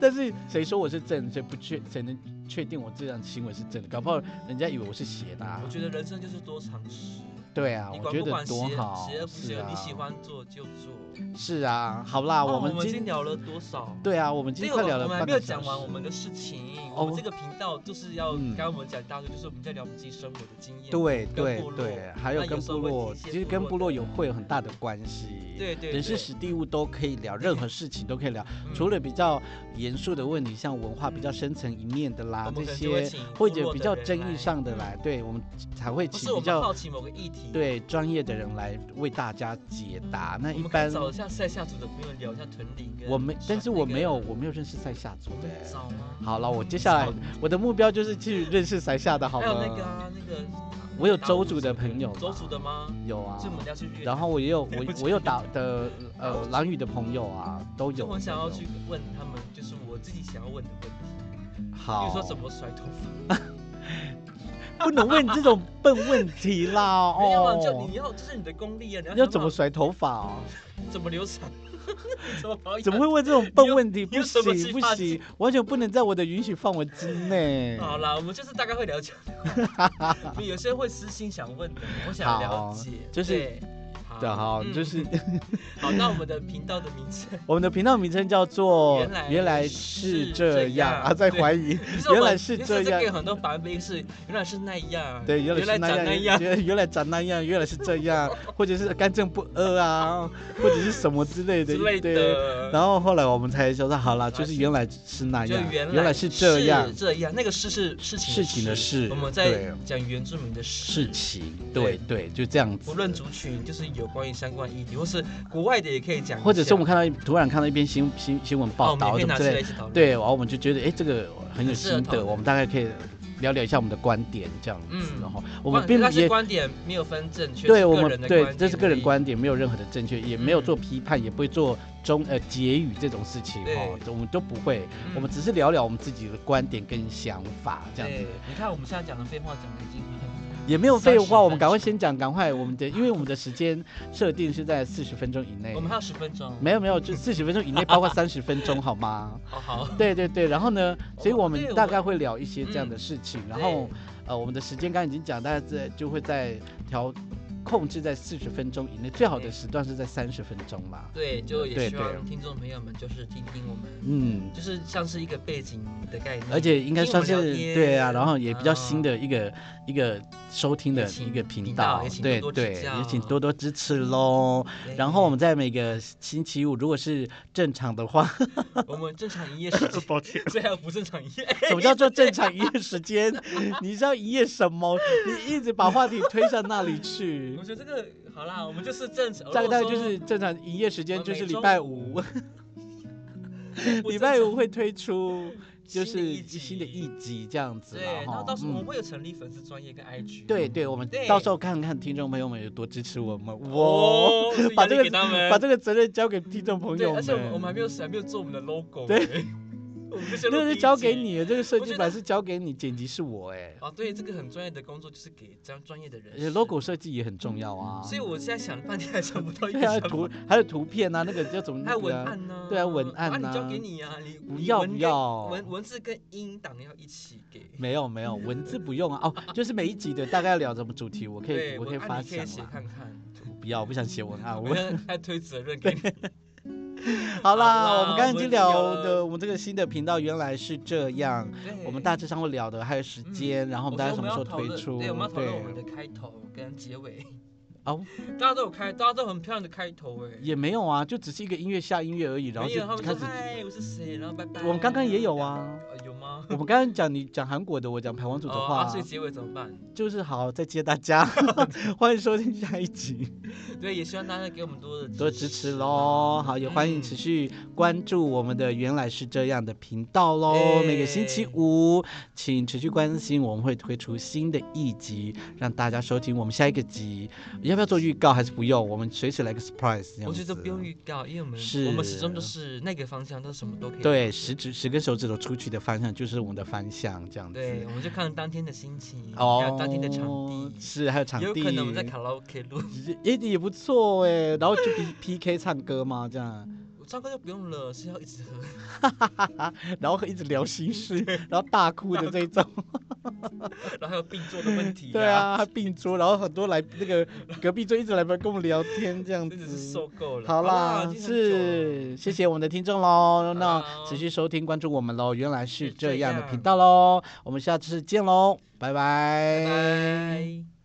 Speaker 1: 但是谁说我是正，谁不确谁能确定我这样行为是正的？搞不好人家以为我是邪的、啊
Speaker 2: 我。觉得人生就是多尝试，
Speaker 1: 对啊，
Speaker 2: 你
Speaker 1: 我
Speaker 2: 管
Speaker 1: 觉
Speaker 2: 不
Speaker 1: 得
Speaker 2: 管
Speaker 1: 多
Speaker 2: 邪
Speaker 1: 好
Speaker 2: 邪恶。不
Speaker 1: 是
Speaker 2: 邪恶，
Speaker 1: 啊，
Speaker 2: 你喜欢做就做。
Speaker 1: 是啊，好啦，
Speaker 2: 哦
Speaker 1: 我
Speaker 2: 我
Speaker 1: 们
Speaker 2: 们
Speaker 1: 今
Speaker 2: 今天聊了多少？
Speaker 1: 对啊，我们今
Speaker 2: 对，
Speaker 1: 天
Speaker 2: 我
Speaker 1: 快聊了
Speaker 2: 我们还
Speaker 1: 半
Speaker 2: 没有
Speaker 1: 个小
Speaker 2: 讲
Speaker 1: 时。
Speaker 2: 完我们的事情。
Speaker 1: 哦
Speaker 2: 我们这个频道就是要，
Speaker 1: 嗯
Speaker 2: 刚刚我们讲到的，就是我们在聊我们自己生活的经验。
Speaker 1: 对对
Speaker 2: 部落
Speaker 1: 对，还有
Speaker 2: 那
Speaker 1: 跟
Speaker 2: 有
Speaker 1: 部
Speaker 2: 时候会
Speaker 1: 落，
Speaker 2: 提一些
Speaker 1: 其实跟
Speaker 2: 部落
Speaker 1: 部落
Speaker 2: 的
Speaker 1: 有会有很大的关系。
Speaker 2: 对对
Speaker 1: 人事
Speaker 2: 对
Speaker 1: 史地物都可以聊，任何事情都可以聊，
Speaker 2: 嗯
Speaker 1: 除了比较严肃的问题，像文化比较深层一面的啦
Speaker 2: 我，
Speaker 1: 这
Speaker 2: 们可能就会
Speaker 1: 些
Speaker 2: 请
Speaker 1: 或
Speaker 2: 部落
Speaker 1: 者
Speaker 2: 的
Speaker 1: 比较
Speaker 2: 人
Speaker 1: 争议
Speaker 2: 来嗯
Speaker 1: 上的来，对我们才会
Speaker 2: 不
Speaker 1: 请
Speaker 2: 是我
Speaker 1: 比
Speaker 2: 们
Speaker 1: 较
Speaker 2: 好奇某个议题，，
Speaker 1: 对专业的人来为大家解答。那
Speaker 2: 我
Speaker 1: 一
Speaker 2: 们可以
Speaker 1: 般
Speaker 2: 找一下塞夏族的朋友聊一下屯里跟
Speaker 1: 我没，但是
Speaker 2: 那
Speaker 1: 我没
Speaker 2: 个
Speaker 1: 有，我没有认识塞夏族的。
Speaker 2: 找吗？
Speaker 1: 好了，我
Speaker 2: 嗯
Speaker 1: 接下来
Speaker 2: 找
Speaker 1: 我的目标就是去认识塞夏的，好
Speaker 2: 还
Speaker 1: 吗
Speaker 2: 有？那个啊，那个
Speaker 1: 我有
Speaker 2: 达
Speaker 1: 周
Speaker 2: 悟
Speaker 1: 族的朋友
Speaker 2: 周
Speaker 1: 吧
Speaker 2: 族的吗？
Speaker 1: 有啊
Speaker 2: 所以我，们要去越南。
Speaker 1: 然后我 也有我
Speaker 2: 不起
Speaker 1: 我有打的呃蓝语的朋友啊，都有。
Speaker 2: 就我想
Speaker 1: 都
Speaker 2: 要
Speaker 1: 有
Speaker 2: 去问他们，就是我自己想要问的问题，比
Speaker 1: 好，
Speaker 2: 如说怎么甩头发。
Speaker 1: 不能问这种笨问题啦
Speaker 2: 没有啊，就
Speaker 1: 哦
Speaker 2: 你。要就是你的功力啊，你要
Speaker 1: 要
Speaker 2: 想
Speaker 1: 怎么
Speaker 2: 办
Speaker 1: 甩头发哦？
Speaker 2: 法怎么 留长，你怎么保养？
Speaker 1: 怎么会问这种笨
Speaker 2: 你有
Speaker 1: 问题？
Speaker 2: 你有
Speaker 1: 不
Speaker 2: 什么
Speaker 1: 行
Speaker 2: 计
Speaker 1: 不
Speaker 2: 划
Speaker 1: 行，完全不能在我的允许范围之内。
Speaker 2: 好啦，我们就是大概会 了解，有些会私心想问的，我想了解，
Speaker 1: 就是
Speaker 2: 对
Speaker 1: 的哈，
Speaker 2: 嗯
Speaker 1: 就是
Speaker 2: 好，那我们的频道的名称，
Speaker 1: 我们的频道名称叫做
Speaker 2: 原来
Speaker 1: 是
Speaker 2: 是
Speaker 1: 这
Speaker 2: 这
Speaker 1: 样
Speaker 2: 样
Speaker 1: 啊，在
Speaker 2: 对
Speaker 1: 怀疑
Speaker 2: 其实我
Speaker 1: 原
Speaker 2: 们
Speaker 1: 来是
Speaker 2: 其实
Speaker 1: 这
Speaker 2: 个有
Speaker 1: 样，
Speaker 2: 很多版本是原来是那样，
Speaker 1: 对，原来是
Speaker 2: 嗯原来
Speaker 1: 那
Speaker 2: 长那
Speaker 1: 样，原原来长那样，原来是这 样，或者是干正不阿啊，或者是什么之类的，
Speaker 2: 之类
Speaker 1: 对。
Speaker 2: 的，
Speaker 1: 然后后来我们才说，好啦，就是原来是那
Speaker 2: 就
Speaker 1: 样，
Speaker 2: 原
Speaker 1: 来是这样
Speaker 2: 是，这样，那个事是事情
Speaker 1: 事情的事
Speaker 2: 我们
Speaker 1: 对哦
Speaker 2: 在讲原住民的
Speaker 1: 事
Speaker 2: 事，
Speaker 1: 情，对
Speaker 2: 对
Speaker 1: 对，就这样子。
Speaker 2: 不论族群，就是有关于相关议题，或是国外的也可以讲一下，
Speaker 1: 或者是我们看到一突然看到一篇新新新闻报
Speaker 2: 哦我
Speaker 1: 道
Speaker 2: 们也
Speaker 1: 什
Speaker 2: 可以
Speaker 1: 么之类
Speaker 2: 拿出来
Speaker 1: 的
Speaker 2: 一，起讨论，
Speaker 1: 对，然后我们就觉得，哎，这个很有
Speaker 2: 很适合
Speaker 1: 心
Speaker 2: 讨
Speaker 1: 得，
Speaker 2: 论
Speaker 1: 我们大概可以聊聊一下我们的观点这样子。
Speaker 2: 嗯
Speaker 1: 然后我们
Speaker 2: 观
Speaker 1: 并
Speaker 2: 但是
Speaker 1: 也
Speaker 2: 观点没有分正确，
Speaker 1: 对
Speaker 2: 是
Speaker 1: 我
Speaker 2: 个
Speaker 1: 们
Speaker 2: 人的
Speaker 1: 对
Speaker 2: 观
Speaker 1: 这是
Speaker 2: 点
Speaker 1: 个人
Speaker 2: 而已，
Speaker 1: 观点，没有任何的正确，也没有
Speaker 2: 嗯
Speaker 1: 做批判，也不会做中呃结语这种事情哦，我们都不会，
Speaker 2: 嗯
Speaker 1: 我们只是聊聊我们自己的观点跟想法这样子
Speaker 2: 对。，你看我们现在讲的废话讲的已经很
Speaker 1: 也没有废
Speaker 2: 30分
Speaker 1: 话，
Speaker 2: 钟
Speaker 1: 我们赶快先讲，赶 快我们的，因为我们的时间设定是在四十分钟以内
Speaker 2: 我。们还有十分钟，
Speaker 1: 没有没有，就四十分钟以内，包括三十分 钟，好吗？
Speaker 2: 好 好，
Speaker 1: 对对对，然后呢，所以我
Speaker 2: 对
Speaker 1: 们
Speaker 2: 我嗯
Speaker 1: 大概会聊一些这样的事情，然后呃，我们的时间刚刚已经讲，大概在就会在调控制在四十分钟以内，最好的
Speaker 2: 对
Speaker 1: 时段是在三十分钟嘛。
Speaker 2: 对，就也
Speaker 1: 对哦
Speaker 2: 希
Speaker 1: 对
Speaker 2: 望听众朋友们就是听听我们。
Speaker 1: 嗯，
Speaker 2: 就是像是一个背景的概念，
Speaker 1: 而且应该算
Speaker 2: 因为我
Speaker 1: 是
Speaker 2: 们聊天
Speaker 1: 对啊，然后也比较新
Speaker 2: 哦
Speaker 1: 的一个、一个收听
Speaker 2: 也
Speaker 1: 的
Speaker 2: 请
Speaker 1: 一个
Speaker 2: 频
Speaker 1: 频
Speaker 2: 道
Speaker 1: 道
Speaker 2: 也，请
Speaker 1: 对
Speaker 2: 多多
Speaker 1: 对，
Speaker 2: 指教嗯
Speaker 1: 也请多多支持喽。
Speaker 2: 啊
Speaker 1: 然后我们在每个星期五，如果是正常的话，，
Speaker 2: 对哎我们正常营业时间
Speaker 1: 抱歉，
Speaker 2: 最还有不正常营业，
Speaker 1: 什么叫做正常营业时间？ 你知道营业什么？你一直把话题推向那里去
Speaker 2: 我。觉得这个好啦，我们就是正常，
Speaker 1: 大
Speaker 2: 如果
Speaker 1: 概
Speaker 2: 说
Speaker 1: 就是正常营业时间，
Speaker 2: 我
Speaker 1: 就是
Speaker 2: 每
Speaker 1: 礼
Speaker 2: 周
Speaker 1: 拜 五，
Speaker 2: 不
Speaker 1: 礼
Speaker 2: 正
Speaker 1: 拜
Speaker 2: 常
Speaker 1: 五会推出就
Speaker 2: 新的
Speaker 1: 是
Speaker 2: 一集
Speaker 1: 新的一集这样子
Speaker 2: 对，
Speaker 1: 啦。
Speaker 2: 然后
Speaker 1: 哈
Speaker 2: 到时候我
Speaker 1: 嗯
Speaker 2: 们会有成立粉丝专业跟 IG，
Speaker 1: 对对，我们
Speaker 2: 对
Speaker 1: 到时候看看听众朋友们有多支持我们，哇，
Speaker 2: 哦，所以
Speaker 1: 把
Speaker 2: 压力
Speaker 1: 这个
Speaker 2: 给他们，
Speaker 1: 把这个责任交给听众朋
Speaker 2: 对，
Speaker 1: 友
Speaker 2: 而
Speaker 1: 们。
Speaker 2: 且我们我们还没有还没有做我们的 logo，
Speaker 1: 对
Speaker 2: 欸， 我们这
Speaker 1: 这个是交给。你，这个设
Speaker 2: 我
Speaker 1: 计
Speaker 2: 觉
Speaker 1: 版
Speaker 2: 得
Speaker 1: 是交给你，剪辑是我哎、
Speaker 2: 哦，对，这个很专业的工作就是给这样专业的人
Speaker 1: 而
Speaker 2: 士
Speaker 1: 且 logo 设计也很重要啊。
Speaker 2: 嗯所以我现在想了半天还想不到一个
Speaker 1: 对 啊，
Speaker 2: 想法
Speaker 1: 图还有图片啊，那个叫怎么
Speaker 2: 还
Speaker 1: 那
Speaker 2: 有文
Speaker 1: 个啊、
Speaker 2: 案呢、
Speaker 1: 对啊文案
Speaker 2: 啊你交
Speaker 1: 呐
Speaker 2: 给你啊，你
Speaker 1: 不
Speaker 2: 你
Speaker 1: 要
Speaker 2: 文
Speaker 1: 不
Speaker 2: 跟
Speaker 1: 要
Speaker 2: 文文字跟音档要一起给。
Speaker 1: 没有没有，文字不用啊。哦，就是每一集的大概要聊什么主题，我可以
Speaker 2: 对，
Speaker 1: 我可以
Speaker 2: 文
Speaker 1: 发
Speaker 2: 案你可
Speaker 1: 想
Speaker 2: 以写
Speaker 1: 啦
Speaker 2: 看看，
Speaker 1: 不要，我不想写文案。
Speaker 2: 我
Speaker 1: 我
Speaker 2: 要再推责任给你。
Speaker 1: 好
Speaker 2: 好
Speaker 1: 啦，
Speaker 2: 啦
Speaker 1: 我们刚刚已
Speaker 2: 我
Speaker 1: 经
Speaker 2: 们
Speaker 1: 聊
Speaker 2: 有
Speaker 1: 的，我们这个新的频道原来是这样。
Speaker 2: 对嗯
Speaker 1: 我们大致上会聊的，还有时间，然后我
Speaker 2: 我
Speaker 1: 们大概
Speaker 2: 说
Speaker 1: 什么时候
Speaker 2: 要讨
Speaker 1: 推
Speaker 2: 论
Speaker 1: 出？
Speaker 2: 对，我们要讨论我们的开头跟结尾。
Speaker 1: 哦，
Speaker 2: 大家都有开，大家都有很漂亮的开头哎。
Speaker 1: 也没有啊，就只是一个音乐下音乐而已，然后
Speaker 2: 没有他
Speaker 1: 就
Speaker 2: 们
Speaker 1: 开
Speaker 2: 说
Speaker 1: 始。
Speaker 2: 嗨，我是谁，然后拜拜。
Speaker 1: 我们刚刚也有啊，
Speaker 2: 呃，有吗？
Speaker 1: 我们刚刚讲你讲韩国的，我讲台湾组的
Speaker 2: 哦，啊
Speaker 1: 话，
Speaker 2: 所以结尾怎么办？
Speaker 1: 就是好，再见大家， 欢迎收听下一集，
Speaker 2: 对，也希望大家给我们多的
Speaker 1: 多支持
Speaker 2: 嗯
Speaker 1: 喽！好，也欢迎持续关注我们的原来是这样的频道喽。
Speaker 2: 哎
Speaker 1: 每个星期五，请持续关心，我们会推出新的一集，让大家收听我们下一个集。要不要做预告还是不用？我们随时来个 surprise 这样
Speaker 2: 我觉得
Speaker 1: 子
Speaker 2: 不用预告，因为我们
Speaker 1: 是
Speaker 2: 我们始终都是那个方向，都是什么都可以。
Speaker 1: 对，十指十根手指头出去的方向就是我们的方向，这样子。
Speaker 2: 对，我们就看当天的心情，
Speaker 1: 哦，
Speaker 2: 还有当天的场地，
Speaker 1: 是还有场地，
Speaker 2: 有可能我们在卡拉 OK 录，
Speaker 1: 也也不错哎，然后就 P P K 唱歌嘛，这样，
Speaker 2: 我唱歌就不用了，是要一直喝。
Speaker 1: 然后一直聊心事， 然后大哭的这种，
Speaker 2: 然后还有并坐的问题、
Speaker 1: 对，啊，还并桌，然后很多来那个隔壁桌一直来跟我们聊天这样
Speaker 2: 真的是
Speaker 1: 子。
Speaker 2: 受够了。
Speaker 1: 好
Speaker 2: 啦，
Speaker 1: 啦
Speaker 2: 已，经很久了
Speaker 1: 是谢谢我们的听众喽，那
Speaker 2: 好
Speaker 1: 持续收听关注我们喽，原来是
Speaker 2: 是这
Speaker 1: 这样的
Speaker 2: 样
Speaker 1: 频道喽，我们下次见喽，拜拜
Speaker 2: 拜拜。